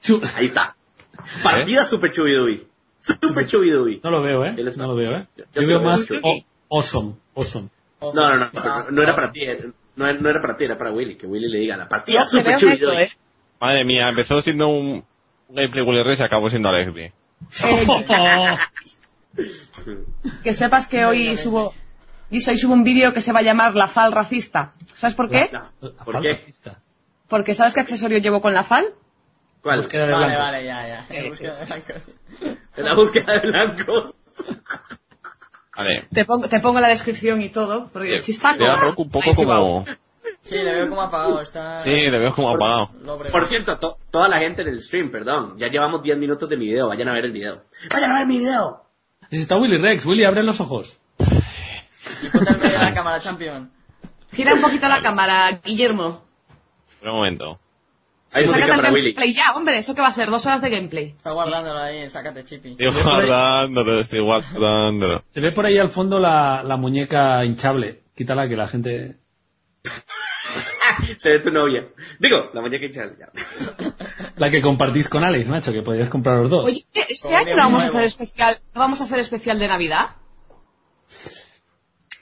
S1: Chu-
S3: Ahí está.
S5: ¿Eh?
S3: Partida super chubi dubi. Super chubi dubi.
S1: No lo veo, ¿eh?
S3: Él es-
S1: No lo veo, ¿eh?
S3: Yo- yo
S1: Yo veo
S3: soy
S1: más
S3: chulo.
S1: o- awesome, awesome.
S2: O sea,
S3: No, no, no,
S2: está-
S3: no, no era para ti, eh, no, no era para ti, era para Willy, que Willy le diga la partida
S4: Yo te
S3: super
S4: veo
S3: chubi
S4: neto,
S3: dubi.
S4: ¿eh?
S5: Madre mía, empezó siendo un un gameplay Willy Rey y se acabó siendo Alex B.
S2: Eh,
S4: Eh, Que sepas que
S2: No, no,
S4: hoy
S2: no, no.
S4: subo... Guiso, hoy subo un vídeo que se va a llamar La Fal Racista. ¿Sabes por qué?
S1: La
S3: ¿Por
S1: falda
S3: qué?
S1: racista.
S4: Porque ¿sabes qué accesorio llevo con la Fal?
S3: ¿Cuál?
S1: Búsqueda de
S2: Vale,
S1: blanco.
S2: vale, ya, ya.
S4: Sí,
S2: Búsqueda de blancos.
S3: En la búsqueda de blancos.
S5: Vale.
S4: Te pongo, te pongo la descripción y todo. Porque
S5: Eh,
S4: chistaco.
S5: Veo a Rock un poco
S4: Ahí se va.
S5: como...
S2: Sí, le veo como apagado. Está...
S5: Sí, le veo como apagado.
S2: Lobre.
S3: Por cierto, to- toda la gente en el stream, perdón. Ya llevamos 10 minutos de mi video. Vayan a ver el video. Vayan a ver mi video.
S1: Está Willy Rex, Willy, abre los ojos.
S2: Y ponte al medio de la cámara, champion.
S4: Gira un poquito la cámara, Guillermo.
S5: Espera un momento.
S3: Hay
S4: Saca
S3: música
S4: tanto
S3: para Willy.
S4: gameplay ya, hombre. ¿Eso qué va a ser? Dos horas de gameplay.
S2: Está guardándolo ahí, sácate, chipi.
S5: Estoy guardándolo, estoy guardándolo.
S1: Se ve por ahí al fondo la, la muñeca hinchable. Quítala que la gente.
S3: Se ve tu novia. Digo, la muñeca hinchada. ya.
S1: La que compartís con Alex, macho, que podías comprar los dos.
S4: Oye, este
S2: Como
S4: año
S2: bien
S4: no vamos a
S2: nuevo.
S4: hacer especial, no vamos a hacer especial de Navidad.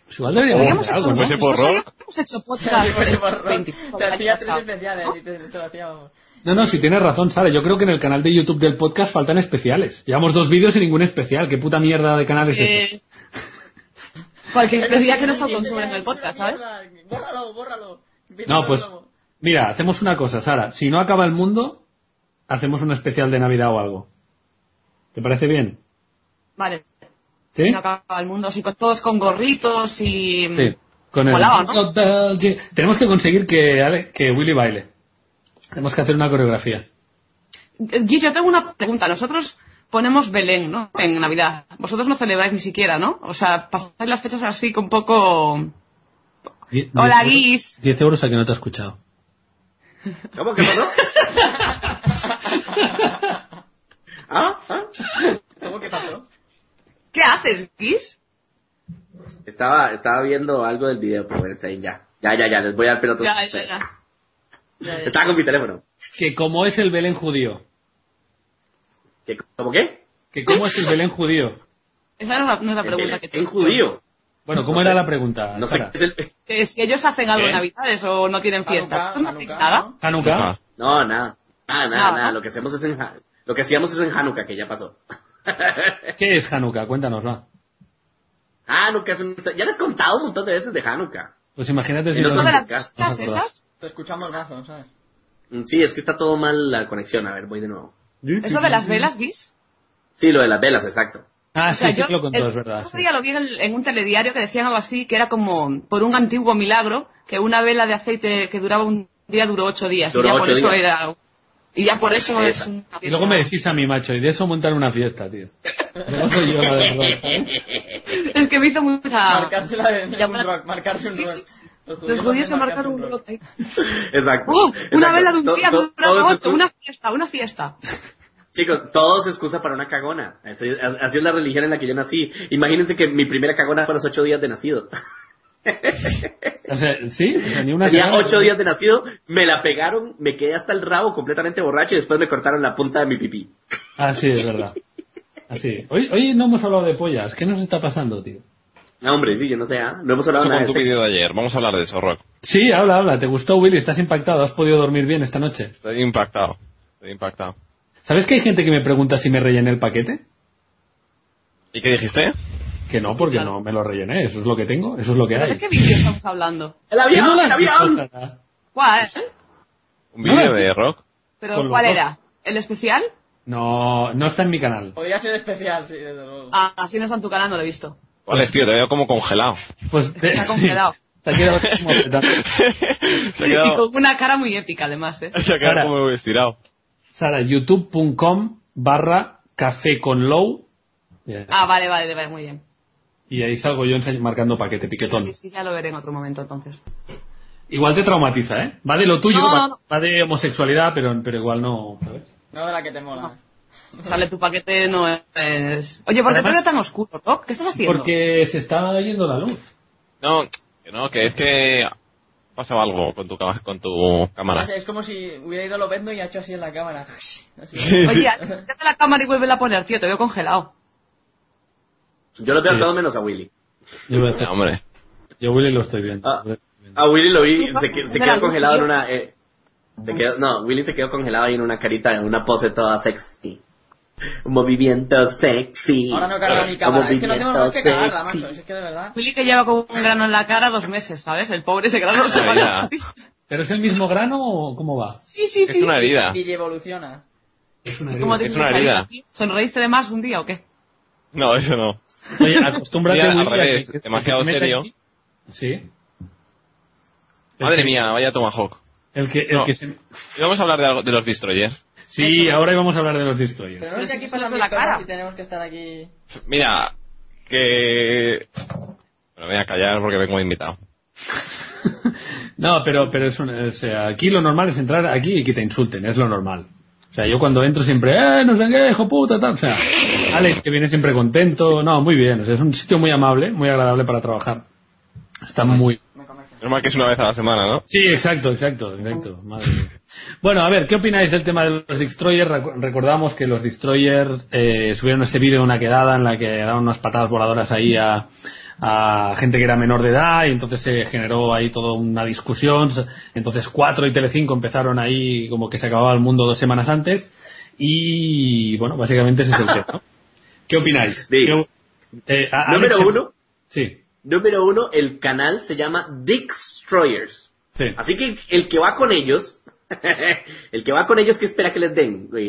S1: Pues Igual deberíamos
S4: Habíamos
S1: hacer
S4: hecho,
S1: algo,
S5: pues
S1: ¿no?
S5: ese porro.
S4: Habíamos hecho podcast
S2: Sí, por el borrón.
S4: 25
S2: Te
S4: del año
S2: hacía tres
S4: pasado.
S2: especiales y te, te lo hacíamos.
S1: No, no, si tienes razón, Sara. Yo creo que en el canal de YouTube del podcast faltan especiales. Llevamos dos vídeos y ningún especial. ¿Qué puta mierda de canal es ese?
S4: Eh, Cualquier día que no está consumiendo el podcast, ¿sabes?
S2: Bórralo, bórralo.
S1: No, pues mira, hacemos una cosa, Sara. Si no acaba el mundo, hacemos un especial de Navidad o algo. ¿Te parece bien?
S4: Vale.
S1: ¿Sí?
S4: No acaba el mundo, así con todos con gorritos y... mm,
S1: Sí. Con el...
S4: Molaba, ¿no?
S1: Tenemos que conseguir que, Ale- que Willy baile. Tenemos que hacer una coreografía.
S4: Guille, yo tengo una pregunta. Nosotros ponemos Belén, ¿no? En Navidad. Vosotros no celebráis ni siquiera, ¿no? O sea, pasáis las fechas así con poco...
S1: Die-
S4: Hola,
S1: diez euros-
S4: Guis.
S1: 10 euros a que no te he escuchado.
S3: ¿Cómo que pasó? ¿Ah? ¿Ah?
S2: ¿Cómo que pasó?
S4: ¿Qué haces, Guis?
S3: Estaba, estaba viendo algo del video, pero bueno, está bien, ya. Ya, ya, ya, les voy a dar pelotas.
S4: Ya, ya, ya.
S2: Ya, ya.
S3: Estaba con mi teléfono.
S1: Que como es el Belén judío.
S3: ¿Qué, ¿Cómo qué?
S1: Que cómo es el Belén judío.
S4: Esa no es la, no es la pregunta que
S3: ¿En,
S4: te he
S3: en
S4: hecho.
S3: judío?
S1: Bueno, ¿cómo
S3: No
S1: era
S3: sé.
S1: la pregunta?
S3: No sé
S1: Sara?
S3: qué es el...
S4: Que si ellos hacen algo en
S5: ¿Eh?
S4: Navidades o no tienen fiesta.
S2: Hanukkah,
S4: ¿No hacéis
S2: Hanukkah,
S4: nada?
S2: ¿no?
S1: Hanukkah.
S5: Ajá.
S3: No, nada. Nada, nada,
S4: Nada.
S3: nada. Lo que hacemos es en... Ha- Lo que hacíamos es en Hanukkah, que ya pasó.
S1: ¿Qué es Hanukkah? Cuéntanos, va.
S3: Hanukkah es un... Ya les he contado un montón de veces de Hanukkah.
S1: Pues imagínate si
S3: El
S1: no-
S3: otro
S4: ¿No de las
S3: Hanukkah.
S4: fiestas
S1: No me acuerdo.
S4: esas?
S2: Te escuchamos mazo, ¿sabes?
S3: Mm, Sí, es que está todo mal la conexión. A ver, voy de nuevo.
S4: ¿Es lo de las velas, Guis?
S3: Sí, lo de las velas, exacto.
S1: Ah,
S4: O sea,
S1: sí, sí
S4: yo
S1: que lo contó,
S4: el
S1: es verdad.
S4: otro
S1: sí.
S4: día lo vi en, en un telediario que decían algo así, que era como por un antiguo milagro, que una vela de aceite que duraba un día duró ocho días.
S3: Duró
S4: y ya por
S3: ocho
S4: eso
S3: días.
S4: era... Y ya por eso es
S3: Esa.
S4: una
S1: Y luego me
S4: fiesta.
S1: decís a mi macho, y de eso montar una fiesta, tío. No soy yo, la verdad, ¿sabes?
S4: Es que me hizo mucha...
S2: Marcarse la de
S4: Ah. Ya,
S2: un
S4: bueno.
S2: rock, marcarse un
S4: Sí,
S2: rock.
S4: sí, Los judíos se marcaron un
S2: rock.
S4: brote.
S3: Exacto.
S4: ¡Oh! Una
S3: Exacto.
S4: vela de un
S3: To-
S4: día
S3: to-
S4: duraba
S3: todos
S4: ocho.
S3: esos-
S4: Una fiesta, una fiesta.
S3: Chicos, todo es excusa para una cagona. Así, así es la religión en la que yo nací. Imagínense que mi primera cagona fue a los ocho días de nacido.
S1: O sea, sí, o sea, ni una
S3: Tenía
S1: semana.
S3: ocho días de nacido, me la pegaron, me quedé hasta el rabo completamente borracho y después me cortaron la punta de mi pipí.
S1: Ah, sí, es verdad. Así. Hoy, hoy no hemos hablado de pollas. ¿Qué nos está pasando, tío?
S3: No, hombre, sí, yo no sé, ah, no hemos hablado
S5: Eso
S3: nada
S5: con
S3: de
S5: tu
S3: sexo.
S5: vídeo de ayer. Vamos a hablar de eso, Rock.
S1: Sí, habla, habla. ¿Te gustó, Willy? ¿Estás impactado? ¿Has podido dormir bien esta noche?
S5: Estoy impactado. Estoy impactado.
S1: ¿Sabes que hay gente que me pregunta si me rellené el paquete?
S5: ¿Y qué dijiste?
S1: Que no, porque
S4: Claro.
S1: no me lo rellené. Eso es lo que tengo, eso es lo que
S4: ¿De
S1: hay.
S4: qué vídeo estamos hablando?
S3: ¡El
S1: ¿Que
S3: avión!
S1: no la
S3: ¡El
S1: has
S3: avión!
S1: visto, Sara?
S4: ¿Cuál?
S5: ¿Un vídeo
S1: No.
S5: de Rock?
S1: Con
S4: ¿Pero
S1: los
S4: cuál
S1: dos.
S4: era? ¿El especial?
S1: No, no está en mi canal.
S2: Podría ser especial, sí, desde luego.
S4: Ah, así no está en tu canal, no lo he visto.
S5: ¿Cuál es, tío? Te veo como congelado.
S1: Pues
S4: Se ha congelado.
S1: Se ha quedado como petado.
S5: se ha
S4: Y
S5: quedado,
S4: con una cara muy épica, además, ¿eh?
S5: se ha
S1: Sara.
S5: quedado como estirado.
S1: Sara, youtube.com barra café con low. Ya.
S4: Ah, vale, vale, vale, muy bien.
S1: Y ahí salgo yo ense- marcando paquete, piquetón.
S4: Sí, sí, ya lo veré en otro momento, entonces.
S1: Igual te traumatiza, ¿eh? Va de lo tuyo,
S4: No,
S1: va,
S4: no.
S1: va de homosexualidad, pero, pero igual no. ¿sabes?
S2: No de la que te
S4: Ah.
S2: mola.
S4: Sale tu paquete, no es... Oye, ¿por qué te
S1: Además-
S4: veo tan oscuro, Rock? ¿Qué estás haciendo?
S1: Porque se está yendo la luz.
S5: No, que no, que es que ha pasado algo con tu, cama- con tu cámara.
S2: O sea, es como si hubiera ido Lobezno y ha hecho así en la cámara. Así.
S4: Oye, quítate la cámara y vuelve a poner, tío, te veo congelado.
S3: Yo lo tengo
S1: Sí.
S3: todo menos a Willy.
S1: Yo, voy a hacer-
S5: No, hombre.
S1: yo Willy lo estoy viendo.
S3: Ah, a Willy lo vi, se, que- se
S4: Era
S3: quedó
S4: luz,
S3: congelado en
S4: tío.
S3: una... eh, se quedó- no, Willy se quedó congelado ahí en una carita, en una pose toda sexy. Un movimiento sexy.
S2: Ahora no carga mi
S3: Un
S2: cámara. Es que no tenemos más que
S3: movimiento
S2: cagarla,
S3: sexy.
S2: macho. Es que de verdad.
S4: Willy que lleva como un grano en la cara dos meses, ¿sabes? El pobre ese grano se
S5: Ya,
S4: va a-
S5: Ah, ya.
S1: ¿Pero es el mismo grano o cómo va?
S4: Sí, sí, sí.
S5: Es una herida.
S2: Y evoluciona.
S4: ¿Cómo te
S5: es una
S4: sientes ahí,
S5: herida.
S4: tío? ¿Sonreíste de más un día o qué?
S5: No, eso no.
S1: Oye, acostúmbrate
S5: Mira, al
S1: Willy, a que-
S5: revés,
S1: que- que se
S5: demasiado
S1: meta
S5: serio.
S1: aquí. Sí.
S5: Madre mía, vaya Tomahawk.
S1: El que, el
S5: No.
S1: que se-
S5: Y vamos a hablar de, algo- de los destroyers.
S1: Sí, ahora íbamos a hablar de los destroyers.
S2: Pero no
S4: Pero
S2: es que
S4: si
S2: aquí
S4: eso
S2: pasan
S4: es la
S2: mil cosas
S4: cara.
S2: y tenemos que estar aquí.
S5: Mira, que... Bueno, Me voy a callar porque vengo invitado.
S1: No, pero, pero es un- o sea, aquí lo normal es entrar aquí y que te insulten, es lo normal. O sea, yo cuando entro siempre, ¡eh, no sé qué, hijo puta! Tal. O sea, Alex, que viene siempre contento. No, muy bien. O sea, es un sitio muy amable, muy agradable para trabajar. Está muy...
S2: Me convence.
S5: Normal que es una vez a la semana, ¿no?
S1: Sí, exacto, exacto, exacto. Madre mía. Bueno, a ver, ¿qué opináis del tema de los Destroyers? Recu- Recordamos que los Destroyers eh, subieron ese vídeo de una quedada en la que daban unas patadas voladoras ahí a, a gente que era menor de edad y entonces se generó ahí toda una discusión. Entonces 4 y Telecinco empezaron ahí como que se acababa el mundo dos semanas antes y bueno, básicamente ese es el tema. ¿no? ¿Qué opináis?
S3: Sí.
S1: ¿Qué o- eh, a- Alex,
S3: Número
S1: em-
S3: uno.
S1: Sí,
S3: Número uno, el canal se llama Destroyers.
S1: sí.
S3: Así que el que va con ellos, el que va con ellos, que espera que les den? Eh,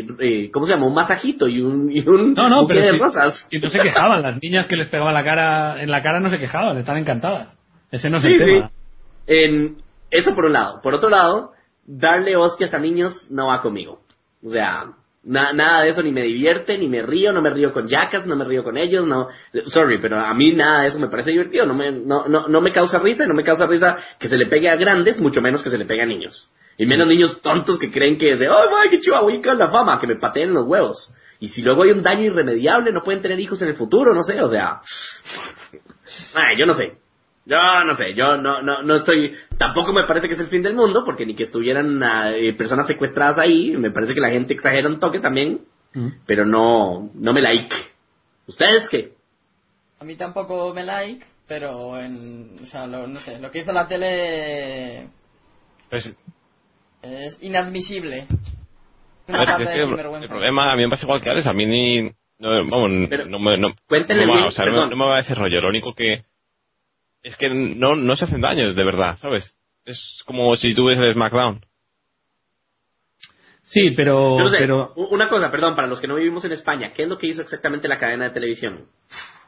S3: eh, eh, ¿Cómo se llama? Un masajito y un, y un
S1: No, no,
S3: buque
S1: pero
S3: de
S1: si,
S3: rosas.
S1: si no se quejaban, las niñas que les pegaban la cara en la cara no se quejaban, están encantadas. Ese no es
S3: Sí,
S1: el
S3: sí.
S1: tema.
S3: En- eso por un lado. Por otro lado, darle hostias a niños no va conmigo. O sea, na- nada de eso ni me divierte, ni me río, no me río con yacas, no me río con ellos, no. Sorry, pero a mí nada de eso me parece divertido. No me, no, no, no me causa risa y no me causa risa que se le pegue a grandes, mucho menos que se le pegue a niños. Y menos niños tontos que creen que se, oh, my, qué chihuahuica es la fama, que me pateen los huevos. Y si luego hay un daño irremediable, no pueden tener hijos en el futuro, no sé, o sea. Ay, yo no sé. Yo no sé, yo no, no, no estoy, tampoco me parece que es el fin del mundo, porque ni que estuvieran ah, eh, personas secuestradas ahí, me parece que la gente exagera un toque también,
S1: Mm.
S3: pero no, no me like. ¿Ustedes qué?
S2: A mí tampoco me like, pero en, o sea, lo- no sé, lo que hizo la tele
S5: Pues,
S2: es inadmisible.
S5: a
S2: Una
S5: ver,
S2: falta
S5: yo es
S2: de
S5: que el,
S2: sinvergüenza.
S5: el problema a mí me pasa igual que a Alex, a mí ni... No, vamos,
S3: Pero,
S5: no me... No,
S3: cuéntenle,
S5: no, va,
S3: Luis,
S5: o sea, no,
S3: perdón.
S5: no me va a ese rollo, lo único que... Es que no, no se hacen daños, de verdad, ¿sabes? Es como si tú ves el SmackDown.
S1: Sí, pero,
S3: Yo no sé,
S1: Oh, pero
S3: u- una cosa, perdón, para los que no vivimos en España, ¿qué es lo que hizo exactamente la cadena de televisión?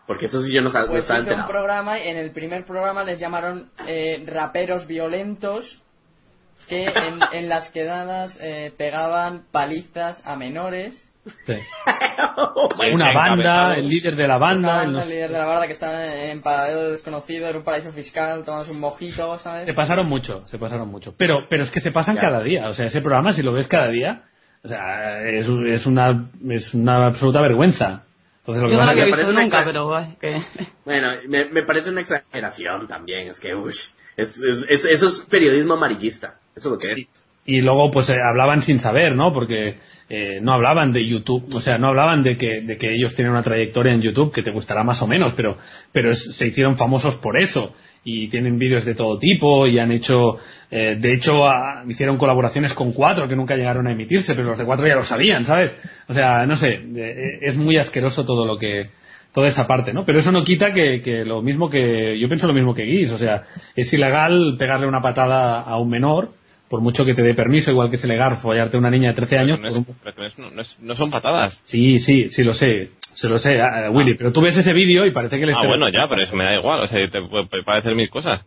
S3: Porque eso sí yo no, sab- no
S2: Pues
S3: estaba
S2: hizo un
S3: enterado.
S2: programa y en el primer programa les llamaron eh, raperos violentos que en, en las quedadas eh, pegaban palizas a menores.
S1: sí.
S3: Oh my
S1: una
S5: venga,
S1: banda,
S5: venga,
S1: el líder de la banda,
S2: Estaban
S1: el no
S2: el
S1: sé-
S2: líder de la barda que está en paradero desconocido, en un paraíso fiscal, tomándose un mojito, ¿sabes?
S1: se pasaron mucho, se pasaron mucho. Pero, pero es que se pasan
S3: Ya.
S1: cada día. O sea, ese programa si lo ves cada día, o sea, es, es una es una absoluta vergüenza. Entonces lo que
S6: Yo no
S1: van
S6: lo
S1: a
S6: había
S3: me
S6: visto
S3: parece
S6: nunca,
S3: exacto.
S6: pero ay, que-
S3: Bueno, me, me parece una exageración también, es que, uy, es, es- es- eso es periodismo amarillista, eso es lo que es.
S1: y luego pues eh, hablaban sin saber, ¿no? Porque eh, no hablaban de YouTube, o sea, no hablaban de que, de que ellos tienen una trayectoria en YouTube que te gustará más o menos, pero, pero es- se hicieron famosos por eso y tienen vídeos de todo tipo y han hecho, eh, de hecho, a- hicieron colaboraciones con cuatro que nunca llegaron a emitirse, pero los de cuatro ya lo sabían, ¿sabes? O sea, no sé, eh, eh, es muy asqueroso todo lo que, toda esa parte, ¿no? Pero eso no quita que, que lo mismo que yo pienso lo mismo que Guis, o sea, es ilegal pegarle una patada a un menor por mucho que te dé permiso, igual que es ilegal follarte a una niña de 13 años.
S5: No,
S1: por
S5: es-
S1: un-
S5: pero no es- no es- no son patadas.
S1: Sí, sí, sí lo sé, se lo sé, ah, Willy, pero tú ves ese vídeo y parece que le
S5: Ah, bueno, ya, pero eso me da igual, o sea, te puede puede parecer mil cosas.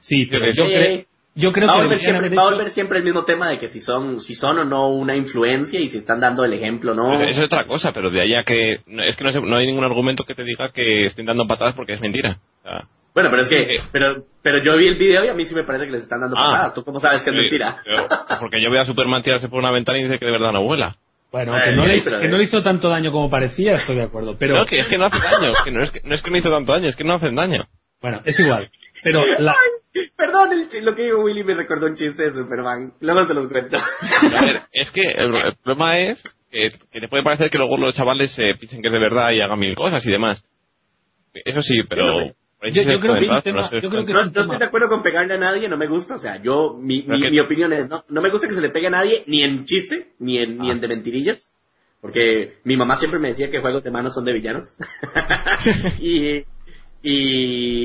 S1: Sí, pero yo,
S5: Sí.
S1: cre- yo creo
S3: va a
S1: que
S3: volver,
S1: deberían
S3: siempre,
S1: haber
S3: va a
S1: hecho-
S3: volver siempre el mismo tema de que si son si son o no una influencia y si están dando el ejemplo o no.
S5: Pues Eso es otra cosa, pero de allá que... no- es que no, sé- no hay ningún argumento que te diga que estén dando patadas porque es mentira. O sea,
S3: Bueno, pero es que
S5: Sí.
S3: pero pero yo vi el video y a mí sí me parece que les están dando
S5: Ah.
S3: patadas. ¿Tú cómo sabes que es
S5: yo-
S3: mentira?
S5: yo- porque yo veo a Superman tirarse por una ventana y dice que de verdad no vuela.
S1: Bueno,
S3: Bueno,
S1: que no, le,
S3: sí, pero-
S1: que no le hizo tanto daño como parecía, estoy de acuerdo, pero
S5: no, que es que no hace daño, es que no es que no, es que no hizo tanto daño, es que no hacen daño.
S1: bueno, es igual. Pero la,
S3: Ay, perdón, el chi- lo que dijo Willy me recordó un chiste de Superman. Luego te los cuento.
S5: A ver, es que el, el problema es que, que te puede parecer que luego los chavales se piensen que es de verdad y hagan mil cosas y demás. Eso sí, pero...
S3: Yo-
S5: por ahí
S1: yo
S5: sí se
S1: creo que
S5: pueden dar,
S1: el tema-
S5: pero
S1: yo creo que-
S3: No, no estoy de acuerdo con pegarle a nadie, no me gusta. O sea, yo, mi,
S5: Pero
S3: mi,
S5: que-
S3: mi opinión es, no, no me gusta que se le pegue a nadie, ni en chiste, ni en, ni
S5: Ah.
S3: en de mentirillas. Porque mi mamá siempre me decía que juegos de manos son de villano. y, y,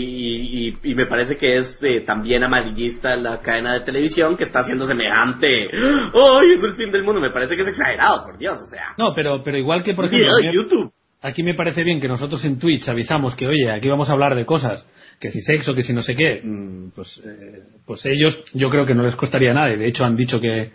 S3: y, y me parece que es eh, también amarillista la cadena de televisión que está haciendo semejante. ¡Ay, es el fin del mundo! Me parece que es exagerado, por Dios, o sea.
S1: no, pero pero igual que por
S3: un video
S1: ejemplo,
S3: de
S1: bien-
S3: YouTube.
S1: Aquí me parece bien que nosotros en Twitch avisamos que, oye, aquí vamos a hablar de cosas, que si sexo, que si no sé qué, mm, pues, eh, pues ellos yo creo que no les costaría nada. y De hecho, han dicho que,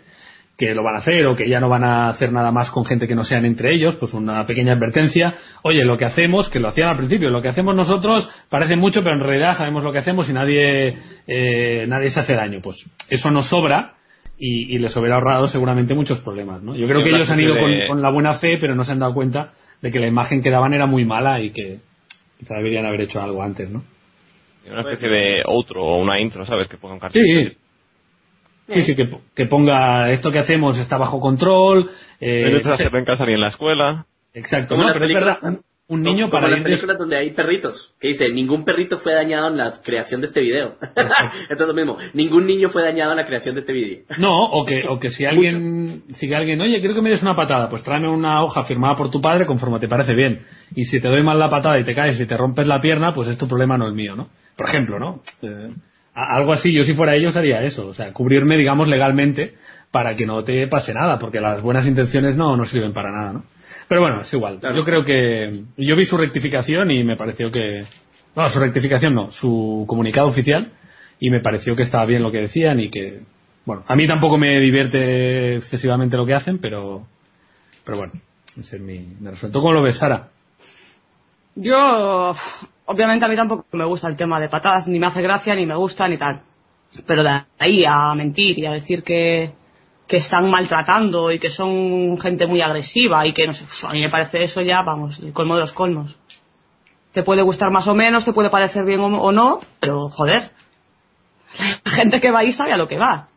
S1: que lo van a hacer o que ya no van a hacer nada más con gente que no sean entre ellos, pues una pequeña advertencia. Oye, lo que hacemos, que lo hacían al principio, lo que hacemos nosotros parece mucho, pero en realidad sabemos lo que hacemos y nadie, eh, nadie se hace daño. Pues eso nos sobra y, y les hubiera ahorrado seguramente muchos problemas, ¿no? Yo creo
S5: Yo
S1: que
S5: la
S1: ellos han
S5: gente
S1: ido con,
S5: de-
S1: con la buena fe, pero no se han dado cuenta de que la imagen que daban era muy mala y que quizá deberían haber hecho algo antes, ¿no?
S5: Una especie de outro o una intro, ¿sabes? Que ponga un cartel.
S1: Sí. Sí, sí, que, que ponga esto que hacemos está bajo control. eh,
S5: No necesitas
S1: se-
S5: hacerlo en casa ni en la escuela.
S1: Exacto,
S3: Como
S1: no,
S3: las
S1: pero es verdad,
S3: películas-
S1: un, un niño
S3: como
S1: para
S3: las
S1: ir des-
S3: películas donde hay perritos que dice ningún perrito fue dañado en la creación de este video entonces lo mismo ningún niño fue dañado en la creación de este video
S1: No, o que, o que si alguien, si alguien, oye, quiero que me des una patada, pues tráeme una hoja firmada por tu padre conforme te parece bien. Y si te doy mal la patada y te caes y te rompes la pierna, pues es tu problema, no el mío, ¿no? Por ejemplo, ¿no? Eh, a- algo así, yo si fuera ellos haría eso, o sea, cubrirme, digamos, legalmente para que no te pase nada, porque las buenas intenciones no, no sirven para nada, ¿no? Pero bueno, es igual.
S3: Claro.
S1: Yo creo que, yo vi su rectificación y me pareció que, no, su rectificación no, su comunicado oficial, y me pareció que estaba bien lo que decían y que bueno a mí tampoco me divierte excesivamente lo que hacen pero pero bueno ese es mi, me resultó como lo ves Sara
S4: Yo, uf, obviamente a mí tampoco me gusta el tema de patadas, ni me hace gracia, ni me gusta, ni tal. Pero de ahí a mentir y a decir que, que están maltratando y que son gente muy agresiva y que no sé, uf, a mí me parece eso ya, vamos, el colmo de los colmos. Te puede gustar más o menos, te puede parecer bien o, o no, pero joder. La gente que va ahí sabe a lo que va.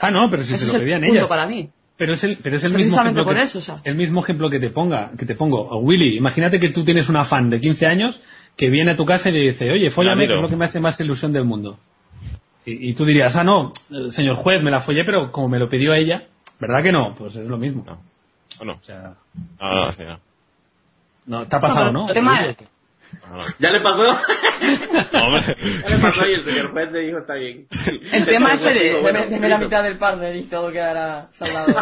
S1: ah no pero si
S4: Ese
S1: se
S4: es
S1: lo
S4: el
S1: pedían
S4: punto
S1: ellas
S4: para mí.
S1: pero es el pero es el mismo
S4: Precisamente
S1: ejemplo
S4: por
S1: que,
S4: eso, o sea.
S1: el mismo ejemplo que te ponga que te pongo O Willy imagínate que tú tienes una fan de 15 años que viene a tu casa y te dice oye fóllame
S5: miro.
S1: que es lo que me hace más ilusión del mundo y, y tú dirías ah no eh, señor juez me la follé pero como me lo pidió ella verdad que no pues es lo mismo
S5: No. ¿O no?
S1: o sea
S5: No, no, sí, no.
S1: no te ha pasado
S4: No,
S1: no,
S4: pero el tema es-
S5: Ah, No, no.
S3: ya le pasó
S5: No, hombre.
S3: ya le pasó y el señor juez le dijo está bien
S4: El tema es eh, el-
S3: Digo, bueno,
S2: Deme, deme la
S3: listo.
S2: mitad del partner y todo quedará saldado.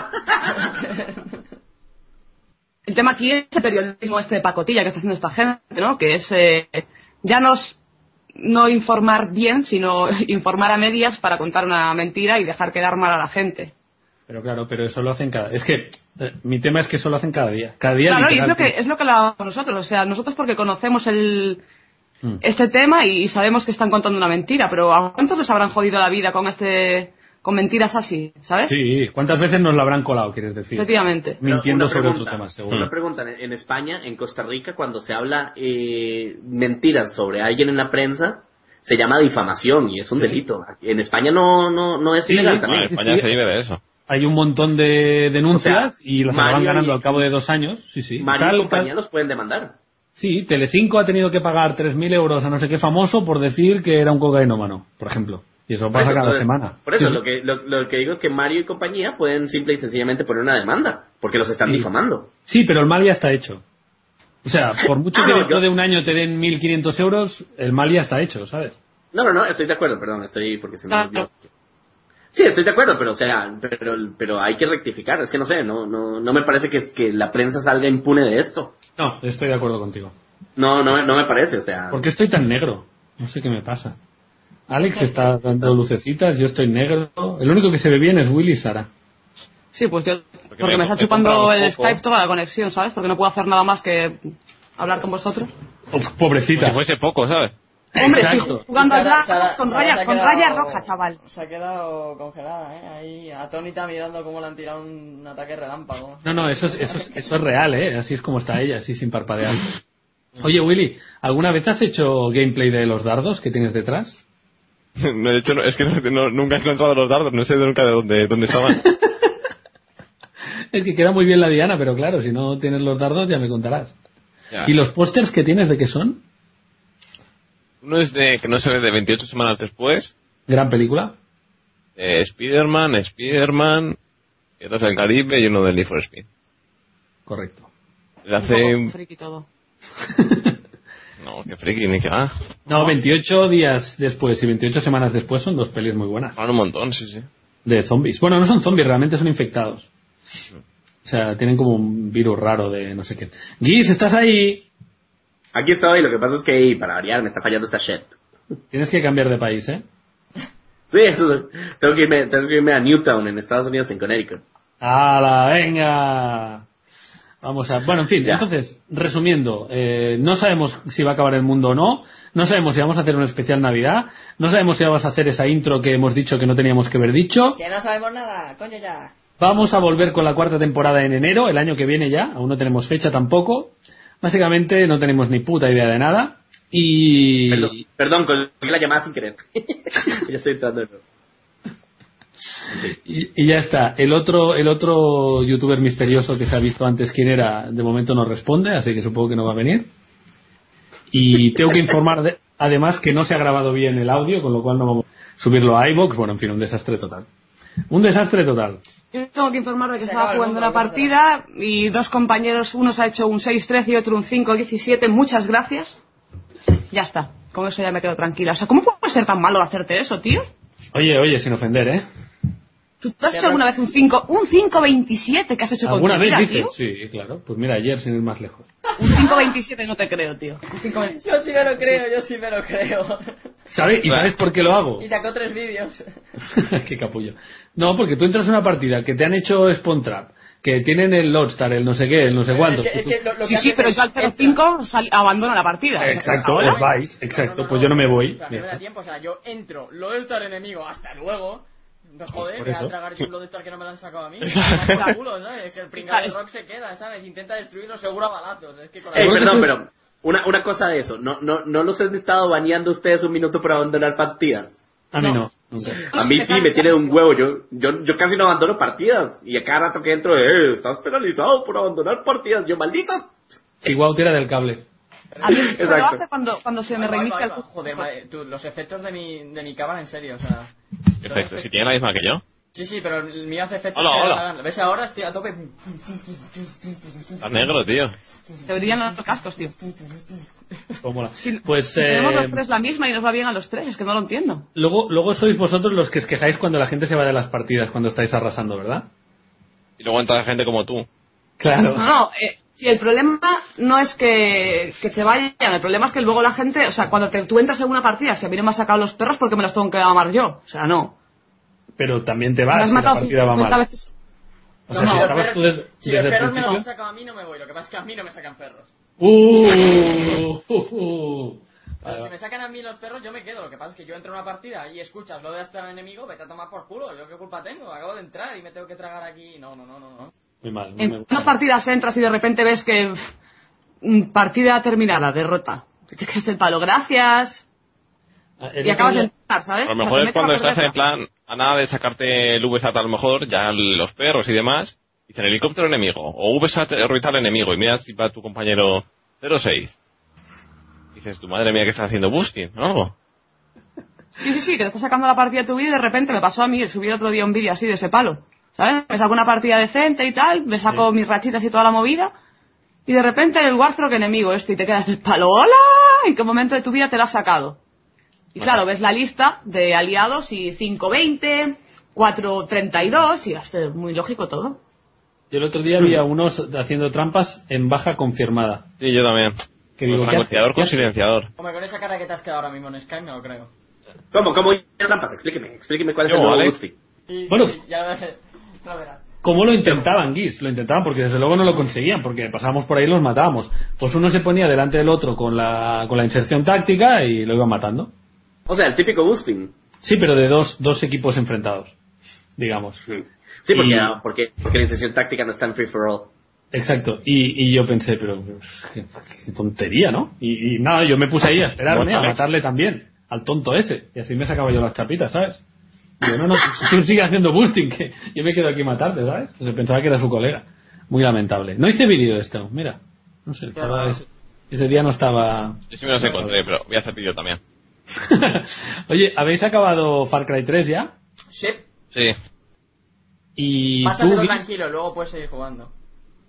S4: el tema aquí es el periodismo este de pacotilla que está haciendo esta gente, ¿no? Que es eh, ya no, es- no informar bien, sino informar a medias para contar una mentira y dejar quedar mal a la gente.
S1: Pero claro, pero eso lo hacen cada Es que eh, mi tema es que eso lo hacen cada día. Cada día.
S4: Claro, y es
S1: literal,
S4: lo que
S1: tío.
S4: es lo que lo hacemos nosotros, o sea, nosotros porque conocemos el
S1: Mm.
S4: este tema y sabemos que están contando una mentira, pero ¿a cuántos les habrán jodido la vida con este con mentiras así, ¿sabes?
S1: Sí, ¿cuántas veces nos la habrán colado, quieres decir?
S4: Efectivamente.
S3: Pero
S1: Mintiendo
S3: una
S1: sobre otro
S3: pregunta,
S1: tema, seguro.
S3: Una pregunta, en en España, en Costa Rica, cuando se habla eh, mentiras sobre alguien en la prensa, se llama difamación y es un delito. En España no no no es
S1: Sí, Ah,
S3: ilegal
S1: sí,
S5: No, en
S3: también.
S1: sí,
S5: España
S1: sí.
S5: se vive de eso.
S1: Hay un montón de denuncias
S3: O sea,
S1: y las acaban
S3: Mario
S1: ganando
S3: y-
S1: al cabo de dos años. Sí, sí.
S3: Mario
S1: Tal,
S3: y
S1: tal.
S3: compañía los pueden demandar.
S1: Sí, Telecinco ha tenido que pagar 3.000 euros a no sé qué famoso por decir que era un cocainómano, por ejemplo. Y eso pasa
S3: Por eso,
S1: cada
S3: entonces,
S1: semana.
S3: Por eso,
S1: Sí, sí.
S3: lo, que, lo, lo que digo es que Mario y compañía pueden simple y sencillamente poner una demanda, porque los están
S1: Sí.
S3: difamando.
S1: Sí, pero el mal ya está hecho. O sea, por mucho
S3: Ah,
S1: que
S3: no,
S1: dentro
S3: yo-
S1: de un año te den 1.500 euros, el mal ya está hecho, ¿sabes?
S3: No, no, no, estoy de acuerdo, perdón, estoy porque se me
S4: Claro.
S3: olvidó. Sí, estoy de acuerdo, pero o sea, pero, pero hay que rectificar, es que no sé, no, no, no me parece que, que la prensa salga impune de esto.
S1: No, estoy de acuerdo contigo.
S3: No, no, no me parece, o sea.
S1: ¿Por qué estoy tan negro? No sé qué me pasa. Alex está dando lucecitas, yo estoy negro. El único que se ve bien es Willy y Sara.
S4: Sí, pues yo porque,
S5: me-
S4: me, está
S5: me compraba
S4: chupando
S5: un
S4: el
S5: poco.
S4: Skype toda la conexión, ¿sabes? Porque no puedo hacer nada más que hablar con vosotros.
S1: Oh,
S5: Si
S1: pobrecita.
S5: fuese poco, ¿sabes?
S4: Hombre,
S1: Exacto.
S4: estoy jugando al
S2: Sara-
S4: Black
S2: Sara-
S4: con
S2: Sara se
S4: raya,
S2: ha
S4: con
S2: quedado-
S4: raya roja, chaval.
S2: Se ha quedado congelada, ¿eh? Ahí atónita mirando cómo le han tirado un ataque relámpago.
S1: No, no, eso es, eso, es, eso es real, ¿eh? Así es como está ella, así sin parpadear. Oye, Willy, ¿alguna vez has hecho gameplay de los dardos que tienes detrás?
S5: No, de hecho, no- es que no- no- nunca he encontrado los dardos, no sé nunca de dónde, dónde estaban.
S1: Es que queda muy bien la diana, pero claro, si no tienes los dardos ya me contarás.
S5: Ya.
S1: ¿Y los pósters que tienes de qué son?
S5: Uno es de, que no se ve, de 28 semanas después,
S1: Gran película.
S5: de Spider-Man, Spider-Man, y otros del Caribe y uno del Need for Speed.
S1: Correcto.
S5: Le
S4: Un poco
S5: hace...
S4: friki todo.
S5: No, qué friki, ni que... Ah,
S1: No, 28 días después y 28 semanas después son dos pelis muy buenas.
S5: molan un montón, sí, sí.
S1: De zombies. Bueno, no son zombies, realmente son infectados. O sea, tienen como un virus raro de no sé qué. Giz, estás ahí.
S3: Aquí estoy, lo que pasa es que, para variar, me está fallando esta shit.
S1: Tienes que cambiar de país, ¿eh?
S3: Sí, eso- tengo que, irme, tengo que irme a Newtown, en Estados Unidos, en Connecticut.
S1: ¡Hala, venga! Vamos a... Bueno, en fin,
S3: Ya.
S1: entonces, resumiendo, eh, no sabemos si va a acabar el mundo o no, no sabemos si vamos a hacer un especial Navidad, no sabemos si vamos a hacer esa intro que hemos dicho que no teníamos que haber dicho,
S2: Que no sabemos nada, coño ya.
S1: vamos a volver con la cuarta temporada en enero, el año que viene ya, aún no tenemos fecha tampoco, básicamente no tenemos ni puta idea de nada, y...
S3: Perdón, perdón, colgué la llamada sin querer. ya estoy entrando. de nuevo.
S1: Y, y ya está. El otro, el otro youtuber misterioso que se ha visto antes quién era, de momento no responde, así que supongo que no va a venir. Y tengo que informar de- además que no se ha grabado bien el audio, con lo cual no vamos a subirlo a iVoox. Bueno, en fin, un desastre total. Un desastre total.
S4: Yo tengo que informar de que
S2: Se
S4: estaba
S2: acaba el
S4: jugando
S2: mundo,
S4: una partida y dos compañeros, uno se ha hecho un 6-13 y otro un 5-17. Muchas gracias. Ya está. Con eso ya me quedo tranquila. O sea, ¿cómo puede ser tan malo hacerte eso, tío?
S1: Oye, oye, sin ofender, ¿eh?
S4: ¿Tú te has
S2: Qué
S4: hecho alguna vez un 5, un 5-27 que has hecho con
S1: ¿Alguna
S4: tu
S1: vez
S4: vida,
S1: dices?
S4: tío?
S1: Sí, claro. Pues mira, ayer, sin ir más lejos.
S4: Un 5-27 no te creo, tío. Un 5-27.
S2: Yo sí me lo creo, yo sí me lo creo.
S1: ¿Sabes? ¿Y
S3: Claro.
S1: sabes por qué lo hago?
S2: Y sacó tres vídeos.
S1: Qué capullo. No, porque tú entras a una partida que te han hecho Spawn Trap, que tienen el Lodestar, el no sé qué, el no sé cuánto.
S2: Es que- es que lo- lo que
S4: Sí, sí,
S2: haces
S4: pero
S2: es-
S4: yo al
S2: entra.
S4: 0-5 sal- abandono la partida. O sea,
S1: Exacto,
S4: ahora-
S1: os vais, exacto. pues yo no me voy.
S2: O sea,
S1: Ya
S2: no me da
S1: está.
S2: tiempo, o sea, yo entro, lo de estar enemigo, hasta luego. No joder,
S1: por
S2: que
S1: eso.
S2: a tragar yo un lo de estar que no me lo han sacado a mí. Me da por culo, ¿sabes? Que el pringado de Rock se queda, ¿sabes? Intenta destruirlo seguro a balazos. Es que con la-
S3: Ey,
S1: Seguro que
S3: Eh, perdón,
S1: sí.
S3: pero una, una cosa de eso. No, no, no los han estado baneando ustedes un minuto por abandonar partidas.
S1: A mí no,
S4: No.
S1: nunca.
S3: A mí sí me tiene de un huevo. Yo, yo, yo casi no abandono partidas. Y a cada rato que entro, eh, estás penalizado por abandonar partidas. Yo, malditas.
S1: Igual tira del cable.
S4: A mí eso lo
S3: Exacto.
S4: hace cuando, cuando se me
S2: Ahí va, ahí va,
S4: reinicia
S2: ahí
S4: el
S2: va. Joder, madre, tú, los efectos de mi, de mi cámara, en serio, o sea.
S5: Perfecto, si tiene la misma que yo.
S2: Sí, sí, pero el mío hace efectos.
S5: Hola,
S2: que
S5: hola.
S2: la gana. ¿Ves ahora? Estoy a tope.
S5: Estás negro, tío.
S4: Te brillan los cascos, tío.
S1: Cómo mola.
S4: Si-
S1: Pues
S4: si tenemos
S1: eh,
S4: los tres la misma y nos va bien a los tres, es que no lo entiendo.
S1: luego, luego sois vosotros los que os quejáis cuando la gente se va de las partidas, cuando estáis arrasando, ¿verdad?
S5: Y luego entra gente como tú.
S1: Claro.
S4: No, no, eh, si el problema no es que, que se vayan, el problema es que luego la gente, o sea, cuando te, tú entras en una partida, si a mí no me has sacado los perros, porque me los tengo que amar yo? O sea, no.
S1: Pero también te
S4: Me
S1: vas
S4: has
S1: si la
S4: matado
S1: partida va
S4: 50
S1: mal.
S4: veces.
S1: O sea,
S2: No,
S1: si
S2: no,
S1: estabas
S2: los
S1: tú
S2: perros-
S1: des-
S2: si
S1: desde
S2: los
S1: el
S2: perros me los han
S1: principio...
S2: sacado a mí, no me voy. Lo que pasa es que a mí no me sacan perros.
S1: ¡Uh! uh, uh.
S2: Pero
S1: Vale,
S2: si
S1: vale.
S2: me sacan a mí los perros, yo me quedo. Lo que pasa es que yo entro a una partida y escuchas lo de hasta el enemigo, vete a tomar por culo. Yo qué culpa tengo, acabo de entrar y me tengo que tragar aquí. No, no, no, no. no.
S1: Muy mal. no me
S4: En
S1: gusta.
S4: unas partidas entras y de repente ves que pff, mm, partida terminada, derrota. Te quedas el palo, gracias.
S1: Ah, el
S4: Y
S1: otro
S4: acabas de
S1: día-
S4: entrar, ¿sabes?
S5: A lo
S4: O sea,
S5: mejor
S4: te
S5: es
S4: metes
S5: cuando
S4: la
S5: estás en
S4: cerveza.
S5: plan a nada de sacarte el VSAT a lo mejor, ya los perros y demás, dicen helicóptero enemigo o VSAT orbital enemigo y miras si va tu compañero 06. Dices, tu madre mía que está haciendo boosting o algo.
S4: Sí, sí, sí, que te estás sacando la partida de tu vida y de repente me pasó a mí, subí otro día un vídeo así de ese palo. ¿Sabes? Me saco una partida decente y tal, me saco mis rachitas y toda la movida. Y de repente el Warthog enemigo esto y te quedas el palo. ¡Hola! ¿En qué momento de tu vida te lo has sacado? Y claro, ves la lista de aliados y 520, 432 y hasta muy lógico todo.
S1: Yo el otro día vi a unos haciendo trampas en baja confirmada.
S5: Sí, yo también.
S1: Que digo,
S5: con
S1: ¿qué
S5: negociador
S1: hace?
S5: con
S1: ¿Qué hace?
S5: silenciador.
S2: Hombre, con esa cara que te has quedado ahora mismo en Skype, no lo creo.
S3: ¿Cómo, cómo hicieron trampas? Explíqueme, explíqueme cuál es el
S5: Yo,
S3: nuevo
S5: Alex.
S3: boosting.
S2: Y,
S1: Bueno.
S2: y ya lo verás. Lo verás.
S1: ¿Cómo lo intentaban, Guis? Lo intentaban porque desde luego no lo conseguían, porque pasábamos por ahí y los matábamos. Pues uno se ponía delante del otro con la, con la inserción táctica y lo iban matando.
S3: O sea, el típico boosting.
S1: Sí, pero de dos, dos equipos enfrentados, digamos.
S3: Sí, porque,
S1: Y-
S3: ah, porque, porque la iniciación táctica no está en free for all.
S1: Exacto. Y, y yo pensé, pero qué, qué tontería, ¿no? Y, y nada, yo me puse ahí a esperarme,
S5: Bueno,
S1: a
S5: Alex.
S1: matarle también, al tonto ese. Y así me sacaba yo las chapitas, ¿sabes? Y yo, no, no, tú sigue haciendo boosting, que yo me quedo aquí a matarte, ¿sabes? Pues pensaba que era su colega. Muy lamentable. No hice vídeo de esto, mira. No sé, estaba
S2: raro.
S1: ese, ese día no estaba...
S5: Yo sí me los encontré, pero voy a hacer vídeo también.
S1: Oye, ¿habéis acabado Far Cry 3 ya?
S2: Sí,
S5: Sí.
S1: Y tú,
S2: pásatelo
S1: Guis-
S2: tranquilo, luego puedes seguir jugando.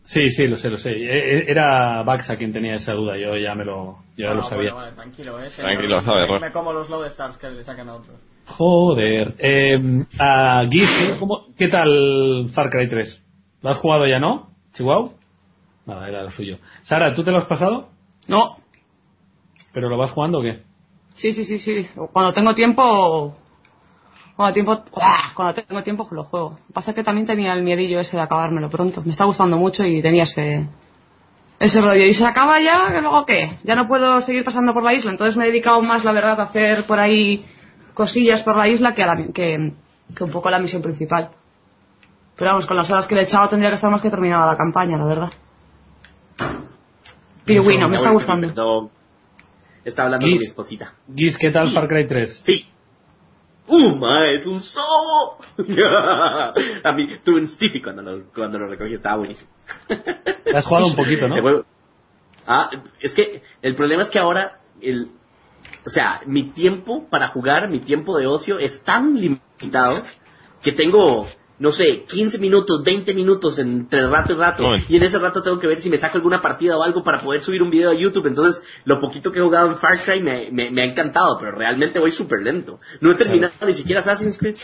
S1: Sí, sí, lo sé, lo sé. E- e- Era Baxa quien tenía esa duda, yo ya me lo, yo ya
S2: No,
S1: lo
S2: no,
S1: sabía.
S2: Ah, bueno, vale, tranquilo, eh.
S5: Tranquilo, sabes,
S2: Me,
S5: Ro.
S2: me como los Love Stars que le sacan a otros.
S1: Joder. Eh, a Giz, ¿cómo- ¿qué tal Far Cry 3? ¿Lo has jugado ya, no? ¿Chihuahua? Nada, era lo suyo. Sara, ¿tú te lo has pasado?
S4: No,
S1: ¿Pero lo vas jugando o qué?
S4: Sí, sí, sí, sí. Cuando tengo tiempo
S6: Cuando, tiempo, ¡guau! cuando tengo tiempo lo juego. Lo que pasa es que también tenía el miedillo ese de acabármelo pronto. Me está gustando mucho y tenía ese, ese rollo. Y se acaba ya, ¿que luego qué? Ya no puedo seguir pasando por la isla. Entonces me he dedicado más, la verdad, a hacer por ahí cosillas por la isla que, a la, que, que un poco a la misión principal. Pero vamos, con las horas que le he echado tendría que estar más que terminada la campaña, la verdad. Pirwino, me está gustando.
S3: No, está hablando con
S1: Gis.
S3: mi esposita.
S1: Guis, ¿qué tal Far Cry 3?
S3: Sí. ¡Uh, ma, es un sobo! a mí, tuve un stiffy cuando lo, cuando lo recogí, estaba buenísimo.
S1: Has jugado un poquito, ¿no?
S3: El juego- Ah, es que el problema es que ahora, el, o sea, mi tiempo para jugar, mi tiempo de ocio es tan limitado que tengo, no sé, 15 minutos, 20 minutos entre rato y rato.
S5: Bueno.
S3: Y en ese rato tengo que ver si me saco alguna partida o algo para poder subir un video a YouTube. Entonces, lo poquito que he jugado en Far Cry me, me, me ha encantado, pero realmente voy súper lento. No he terminado ni siquiera Assassin's Creed,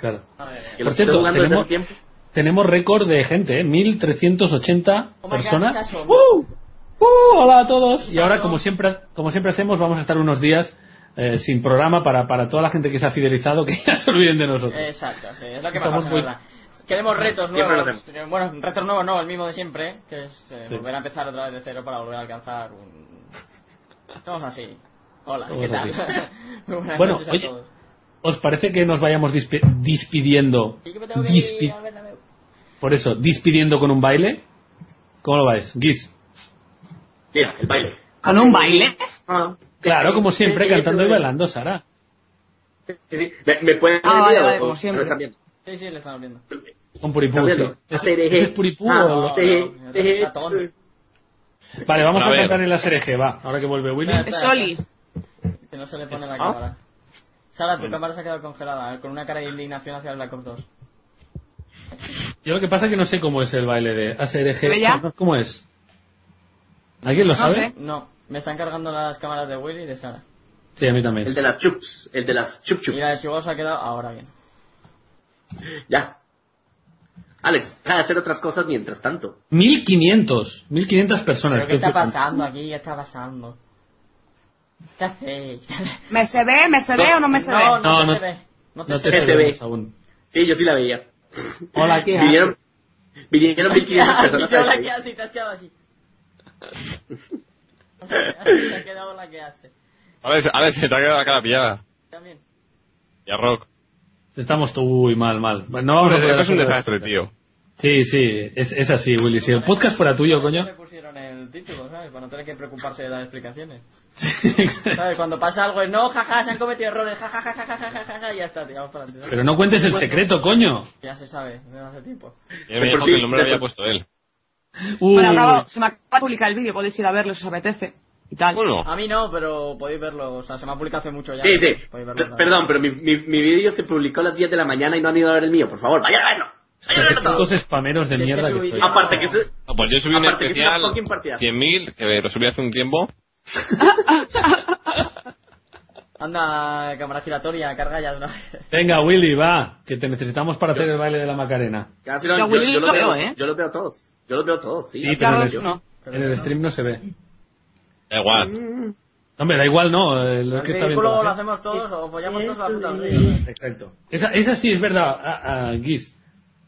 S1: Claro.
S3: que
S1: Por
S3: lo estoy
S1: cierto,
S3: jugando desde
S1: tenemos-
S3: hace tiempo.
S1: Tenemos récord de gente, ¿eh? 1380
S2: Oh my God,
S1: personas.
S2: esas son.
S1: ¡Uh! ¡Uh! Hola a todos. Y ahora,
S2: Claro.
S1: como siempre, como siempre hacemos, vamos a estar unos días eh, sin programa para, para toda la gente que se ha fidelizado, que ya se olviden de nosotros.
S2: Exacto, sí, es lo que me
S1: Estamos
S2: pasa,
S1: muy-
S2: ¿verdad? Queremos retos
S3: Siempre lo
S2: nuevos. Bueno, retos nuevos no, el mismo de siempre, que es eh,
S1: Sí.
S2: volver a empezar otra vez de cero para volver a alcanzar un... Estamos así. Hola, ¿qué
S1: Somos
S2: tal? Muy buenas
S1: Bueno,
S2: noches a
S1: oye,
S2: todos.
S1: ¿Os parece que nos vayamos dispe- despidiendo?
S2: Y que me tengo que
S1: Dispi-
S2: ir al Bernabéu.
S1: Por eso, despidiendo con un baile. ¿Cómo lo vais? Guis.
S3: Mira, el baile.
S6: ¿Con un baile? ¿eh?
S3: Ah.
S1: Claro, como siempre,
S3: Sí, sí,
S1: cantando y
S3: sí.
S1: bailando, Sara.
S3: Sí, sí. ¿Me, me pueden
S6: Ah,
S3: ver
S6: vale,
S3: o-
S6: vale,
S3: o-
S6: como
S3: o
S6: siempre.
S3: están viendo?
S2: Sí, sí, le estamos viendo.
S1: Con Puripú,
S3: ¿Están
S1: sí.
S3: viendo?
S1: ¿Ese,
S3: Hacer eje.
S1: ese es Puripú
S3: Ah,
S1: o-
S2: no.
S3: eje,
S2: no,
S3: eje.
S2: ratón.
S1: Vale, vamos
S5: A
S1: a,
S5: ver.
S1: cantar en la SRG, va. Ahora que vuelve Willy.
S2: Espera,
S6: Es
S2: espera,
S6: Oli.
S2: Que no se le pone la
S1: ¿Ah?
S2: cámara. Sara, tu
S5: Bueno.
S2: cámara se ha quedado congelada, eh, con una cara de indignación hacia el Black Ops 2.
S1: Yo lo que pasa es que no sé cómo es el baile de ASRG.
S6: ¿Se ve ya?
S1: ¿Cómo es? ¿Alguien lo sabe?
S6: sé.
S2: No, me están cargando las cámaras de Willy y de Sara.
S1: Sí, a mí
S3: El
S1: también.
S3: de las chups, el de las chup
S2: Y
S3: chups.
S2: la de Chihuahua se ha quedado ahora bien.
S3: Ya. Alex, deja de hacer otras cosas mientras tanto.
S1: 1500. 1500 personas.
S2: ¿Pero qué
S1: estoy
S2: está
S1: flipando.
S2: pasando aquí? ¿Qué está pasando? ¿Qué hacéis?
S6: ¿Me se ve? ¿Me se ve o no me se ve?
S2: No, no,
S1: No,
S2: se
S1: no.
S2: te ve. No te
S1: No te
S2: se ve.
S1: sabemos aún.
S3: Sí, yo sí la veía.
S1: Hola, ¿qué
S3: Vinieron, vinieron 1500
S2: Y
S3: personas.
S2: te
S3: a
S2: habla
S3: despedir.
S2: que hace, te has quedado así. Te ha quedado la que hace.
S5: Alex, Alex, se te ha quedado la cara pillada.
S2: También.
S5: Y a Rock.
S1: Estamos, uy, mal, mal. No vamos a
S5: Hombre,
S1: poder
S5: es un
S1: hacer-
S5: desastre, tío.
S1: Sí, sí, es, es así, Willy. Si el podcast fuera tuyo,
S2: Por eso
S1: coño.
S2: le pusieron el título, ¿sabes? Para no tener que preocuparse de dar explicaciones.
S1: Pero
S2: ¿Sabes? Cuando pasa algo es no, jaja, se han cometido errores, jaja, jaja, jaja, jaja, jaja, y ya está, tiramos para adelante. ¿no?
S1: no cuentes el secreto, coño.
S2: Ya se sabe, desde hace tiempo.
S5: Y me
S3: Por
S5: dijo
S3: Pues sí,
S5: que el nombre lo
S3: de
S5: había
S3: por-
S5: puesto él.
S1: Uy,
S6: Bueno, acabo- se me acaba de publicar el vídeo, podéis ir a verlo si os apetece. Y tal.
S5: Bueno,
S3: Ah.
S2: A mí no, pero podéis verlo, o sea, se me ha publicado hace mucho ya.
S3: Sí, sí.
S2: Podéis verlo, ¿sabes?
S3: Perdón, pero mi, mi, mi vídeo se publicó a las 10 de la mañana y no han ido a ver el mío. Por favor, vayan a verlo. Vayan a verlo
S1: estos
S3: todos.
S1: spameros de
S2: Si es que
S1: mierda que
S2: subí-
S1: estoy.
S2: Ah,
S3: Aparte que es,
S5: no, pues yo subí un
S3: Aparte que es una
S5: especial
S3: fucking partida.
S5: 100.000, que lo subí hace un tiempo.
S2: Anda, cámara giratoria, carga ya de una vez.
S1: Venga, Willy, va, que te necesitamos para hacer el baile de la Macarena.
S3: casi no-
S6: Yo
S3: yo,
S6: Willy
S3: yo
S6: lo
S3: los veo,
S6: veo, ¿eh?
S3: yo los veo todos. Yo los veo todos, sí.
S1: Sí, pero en
S6: Carlos,
S1: el,
S6: no.
S1: en el stream no se ve.
S5: Da
S3: Mm.
S5: igual.
S1: Hombre, da igual, no. eh, Lo
S2: El
S1: que está viendo la
S2: ridículo lo
S1: gente.
S2: hacemos todos o follamos todos a la puta del río.
S1: Exacto. Esa, esa sí es verdad, ah, ah, Guis.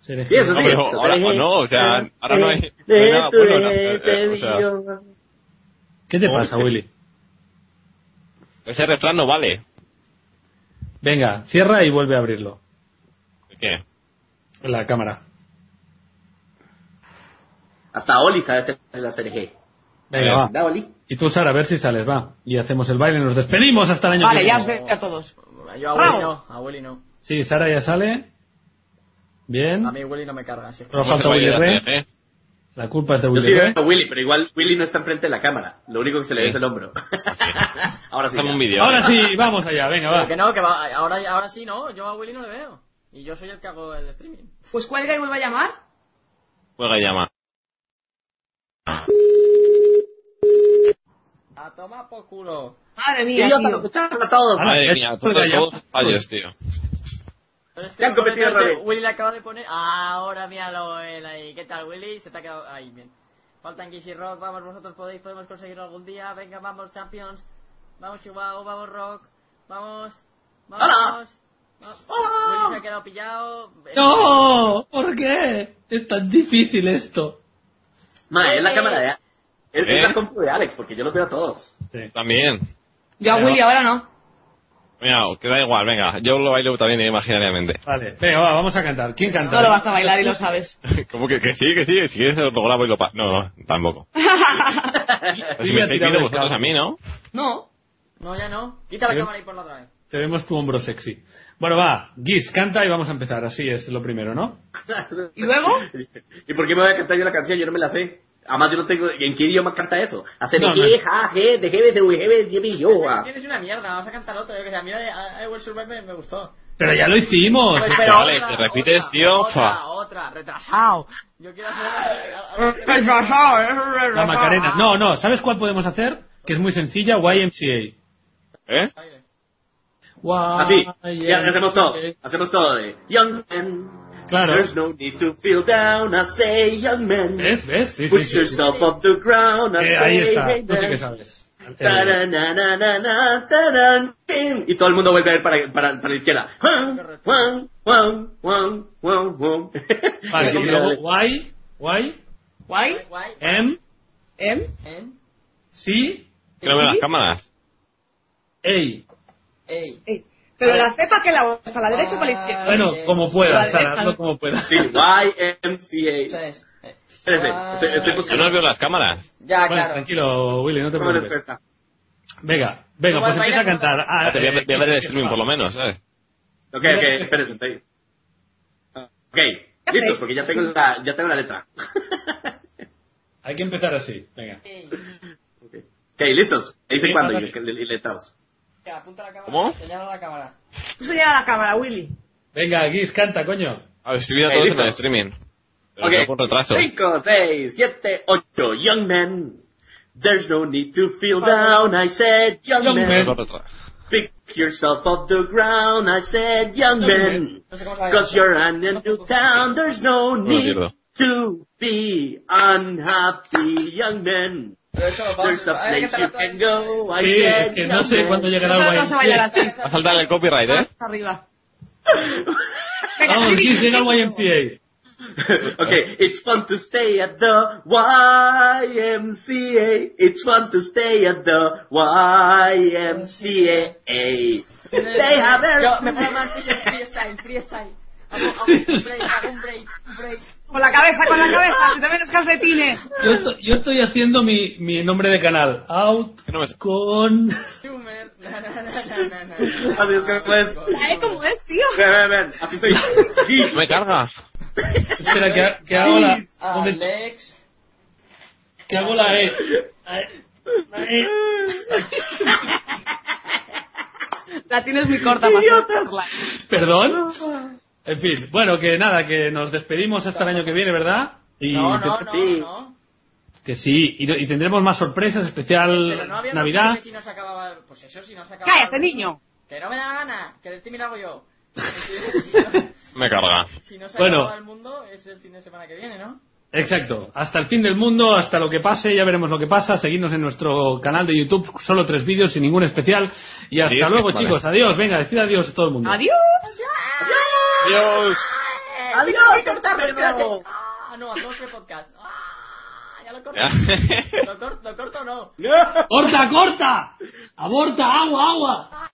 S1: Se
S3: Sí, eso sí.
S5: Hombre, o-
S3: o sea,
S5: ahora- o no, o sea, ahora no hay, no hay nada bueno. en hacer, eh, o sea,
S1: ¿Qué te pasa, Willy?
S5: ese refrán no vale.
S1: Venga, cierra y vuelve a abrirlo.
S5: ¿Qué?
S1: La cámara.
S3: Hasta Oli sabe hacer la serie
S1: Venga, va.
S3: Da, Oli.
S1: Y tú, Sara, a ver si sales, va. Y hacemos el baile, nos despedimos hasta el año que
S6: Vale, ya
S1: viene.
S6: os veo a todos.
S2: Yo a Willy
S6: Bravo.
S2: no, a Willy no.
S1: Sí, Sara ya sale. Bien.
S2: A mí Willy no me carga, así es que-
S1: Pero
S5: ¿Cómo se
S1: falta Willy
S5: baila
S1: Rey.
S5: la CNG?
S1: La culpa es de
S3: Yo
S1: Willy
S3: sí ¿eh?
S1: Rey.
S3: veo
S5: ¿eh?
S3: a Willy, pero igual Willy no está enfrente de la cámara. Lo único que se le ve
S5: Sí.
S3: es el hombro. Ahora sí.
S5: Dame un
S3: ya.
S5: vídeo.
S1: Ahora sí, vamos allá, venga,
S2: Pero
S1: va.
S2: que no, que va, ahora, ahora sí no, yo a Willy no le veo. Y yo soy el que hago el streaming.
S6: Pues cuelga y vuelve a llamar.
S5: Juega y llama.
S2: A tomar por culo.
S6: Madre
S3: Sí,
S6: mía, tío.
S3: yo tengo que escucharla a todos.
S1: Ah,
S5: Madre
S1: es-
S5: mía,
S1: porque
S5: todos
S1: ya-
S5: todos fallos, tío.
S2: Pero es
S3: Te han
S2: por
S3: cometido
S2: ejemplo,
S3: errores.
S2: Willy le acaba de poner. Ahora míralo él ahí. ¿Qué tal, Willy? Se te ha quedado ahí bien. Faltan Kiss y Rock. Vamos, vosotros podéis, podemos conseguirlo algún día. Venga, vamos, Champions. Vamos, Chihuahua, vamos, Rock. Vamos. Vamos.
S3: ¡Hala!
S2: Willy se ha quedado pillado.
S1: ¡No! ¿Por qué? Es tan difícil esto.
S3: Madre, es la
S2: Eh.
S3: cámara de... Es, es
S5: ¿Eh?
S3: la compu de Alex, porque yo los veo a todos.
S5: También.
S6: Yo a
S5: Pero-
S6: Willy ahora no.
S5: Mira, que da igual, venga. Yo lo bailo también imaginariamente.
S1: Vale, venga, va, vamos a cantar. ¿Quién canta?
S6: No lo vas a bailar y lo sabes.
S5: Como que, que sí, que sí, si quieres lo grabo y lo pa... No, no, tampoco. Pero si
S1: voy
S5: me
S1: a tirar
S5: estáis viendo
S1: del
S5: vosotros
S1: cable.
S5: a mí, ¿no?
S6: No.
S2: No, ya no. Quita la
S1: ¿Eh?
S2: cámara y ponla otra vez.
S1: Te vemos tu hombro sexy. Bueno, va, Giz, canta y vamos a empezar. Así es lo primero, ¿no?
S6: ¿Y luego?
S3: ¿Y por qué me voy a cantar yo la canción? Yo no me la sé. Además, yo no tengo... ¿En qué idioma canta eso? Hacer
S1: No, no.
S3: je, ja, je, de jebe, de ujebe, de mi, yo, ah.
S2: Tienes una mierda, vamos a cantar otra. Yo que sé, a mí la de I Will Survive me, me gustó.
S1: Pero ya lo hicimos.
S2: Pues,
S5: vale, te repites,
S2: otra,
S5: tío,
S2: Otra,
S5: fa.
S2: otra, retrasado. Yo quiero hacer una-
S1: La Macarena. No, no, ¿sabes cuál podemos hacer? Que es muy sencilla, YMCA.
S5: ¿Eh?
S1: Ah,
S3: Así,
S1: YMCA.
S3: ya hacemos todo. Hacemos todo de... Young man,
S1: Claro.
S3: there's no need to feel down, I say, young man.
S1: ¿Ves? ¿Ves? Sí,
S3: Put
S1: sí, sí.
S3: yourself off the ground, I
S1: Eh,
S3: say,
S1: ahí está.
S3: hey,
S1: No sé
S3: man.
S1: qué sabes. Eh,
S3: Tarananana, taran, tin. Y todo el mundo vuelve a ver para, para, para la izquierda. Juan, Juan, Juan, Juan, Juan, Juan.
S1: Vale, y luego Y, Y,
S6: Guay.
S2: Guay.
S1: M,
S6: ¿Em?
S2: En.
S1: C,
S5: Que no veo las cámaras.
S1: A.
S2: Ey.
S6: Pero la cepa que la para la derecha o para la izquierda.
S1: Bueno,
S2: Ay,
S1: como puedas,
S6: vale, Ah,
S1: Sara,
S6: vale.
S1: hazlo como puedas.
S3: Sí,
S2: O sea,
S3: YMCA.
S2: es- eh,
S3: Espérate,
S2: guay.
S3: estoy, estoy
S5: Yo no
S3: buscando.
S5: veo las cámaras.
S2: Ya,
S1: Bueno,
S2: claro.
S1: tranquilo, Willy, no te
S3: ¿Cómo les
S1: preocupes.
S3: cuesta?
S1: Venga, venga, pues
S2: Tú vas
S1: empieza a
S2: bailando.
S1: cantar. Ah,
S5: Te voy a,
S1: eh,
S5: voy a ver el streaming por lo menos, ¿sabes?
S3: Ok, ok, espérate, estoy. Ok, listos, porque ya tengo la, ya tengo la letra.
S1: Hay que empezar así, venga.
S2: Ey.
S3: Ok, listos. Ahí dice
S1: Sí,
S3: cuándo y,
S1: ándale.
S3: y letrados.
S2: Ya, apunta la cámara.
S5: ¿Cómo?
S2: Señala la cámara.
S6: Tú señala la cámara, Willy.
S1: Venga, Guis, canta, coño.
S5: A ver, estoy viendo
S3: Ahí,
S5: todos en
S3: listo.
S5: el streaming. Pero
S3: Okay.
S5: veo con retraso.
S3: 5, 6, 7, 8. Young men, there's no need to feel down. I said, young,
S1: Young
S3: men,
S1: men.
S5: Veo con retraso.
S3: pick yourself off the ground. I said, young men,
S2: No sé cómo se va a
S3: because you're an new town. There's no
S5: me
S3: need
S5: pierdo.
S3: to be unhappy, young men.
S2: Pero esto lo
S3: There's
S2: vamos
S3: a
S2: a ver,
S3: place you can go. I
S1: Sí, es
S3: said,
S1: que no
S3: young
S1: sé
S3: men.
S1: cuándo llegará
S6: Nosotros no se
S1: el
S6: bailará así.
S1: YMCA.
S5: Va a saltar el copyright, ¿eh?
S6: Arriba.
S1: Vamos, Guis, llega el YMCA.
S3: okay, it's fun to stay at the YMCA. It's fun to stay at the YMCA. They have
S2: Yo me
S3: everything.
S2: pongo más freestyle, freestyle. Hago, hago un break, hago un break, un break.
S6: Con la cabeza, con la cabeza. Si te ven los calcetines.
S1: Yo estoy, yo estoy haciendo mi, mi nombre de canal. Out
S5: Que no me-
S1: con...
S2: Humor. Na, na, na, na, na, na.
S3: Así es como es.
S6: ¿Sabes ¿eh? cómo es, tío?
S3: Ven, ven, ven, así soy.
S5: No me carga.
S1: Espera, que, que hago la... ¿dónde-
S2: Alex.
S1: Que hago la E. La E. La E.
S6: La tienes muy corta para hacerla.
S1: ¿Perdón? En fin, bueno, que nada, que nos despedimos hasta el año que viene, ¿verdad? Y
S2: No, no,
S1: te-
S2: no,
S3: Sí.
S2: no.
S1: Que sí, y, y tendremos más sorpresas,
S2: Pero
S1: especial
S2: no habíamos
S1: Navidad.
S2: dicho que si no se acababa... el- Pues eso, si no se acababa...
S6: Cállate, niño.
S2: Que no me da la gana, que el streaming lo hago yo.
S5: Me carga.
S2: Si no se
S1: Bueno.
S2: acaba el mundo, es el fin de semana que viene, ¿no?
S1: Exacto, hasta el fin del mundo, hasta lo que pase, ya veremos lo que pasa. Seguidnos en nuestro canal de YouTube, solo tres vídeos sin ningún especial. Y hasta
S5: Adiós,
S1: luego,
S5: vale.
S1: chicos, adiós, venga, decid adiós a todo el mundo.
S6: Adiós. ¡Ah!
S5: Adiós.
S3: Adiós, cortarlo.
S2: Ah, no, hacemos podcast. Ah, ya lo corto.
S5: Ya.
S2: ¿Lo corto, lo corto o no?
S1: ¡Corta, corta! ¡Aborta, agua, agua!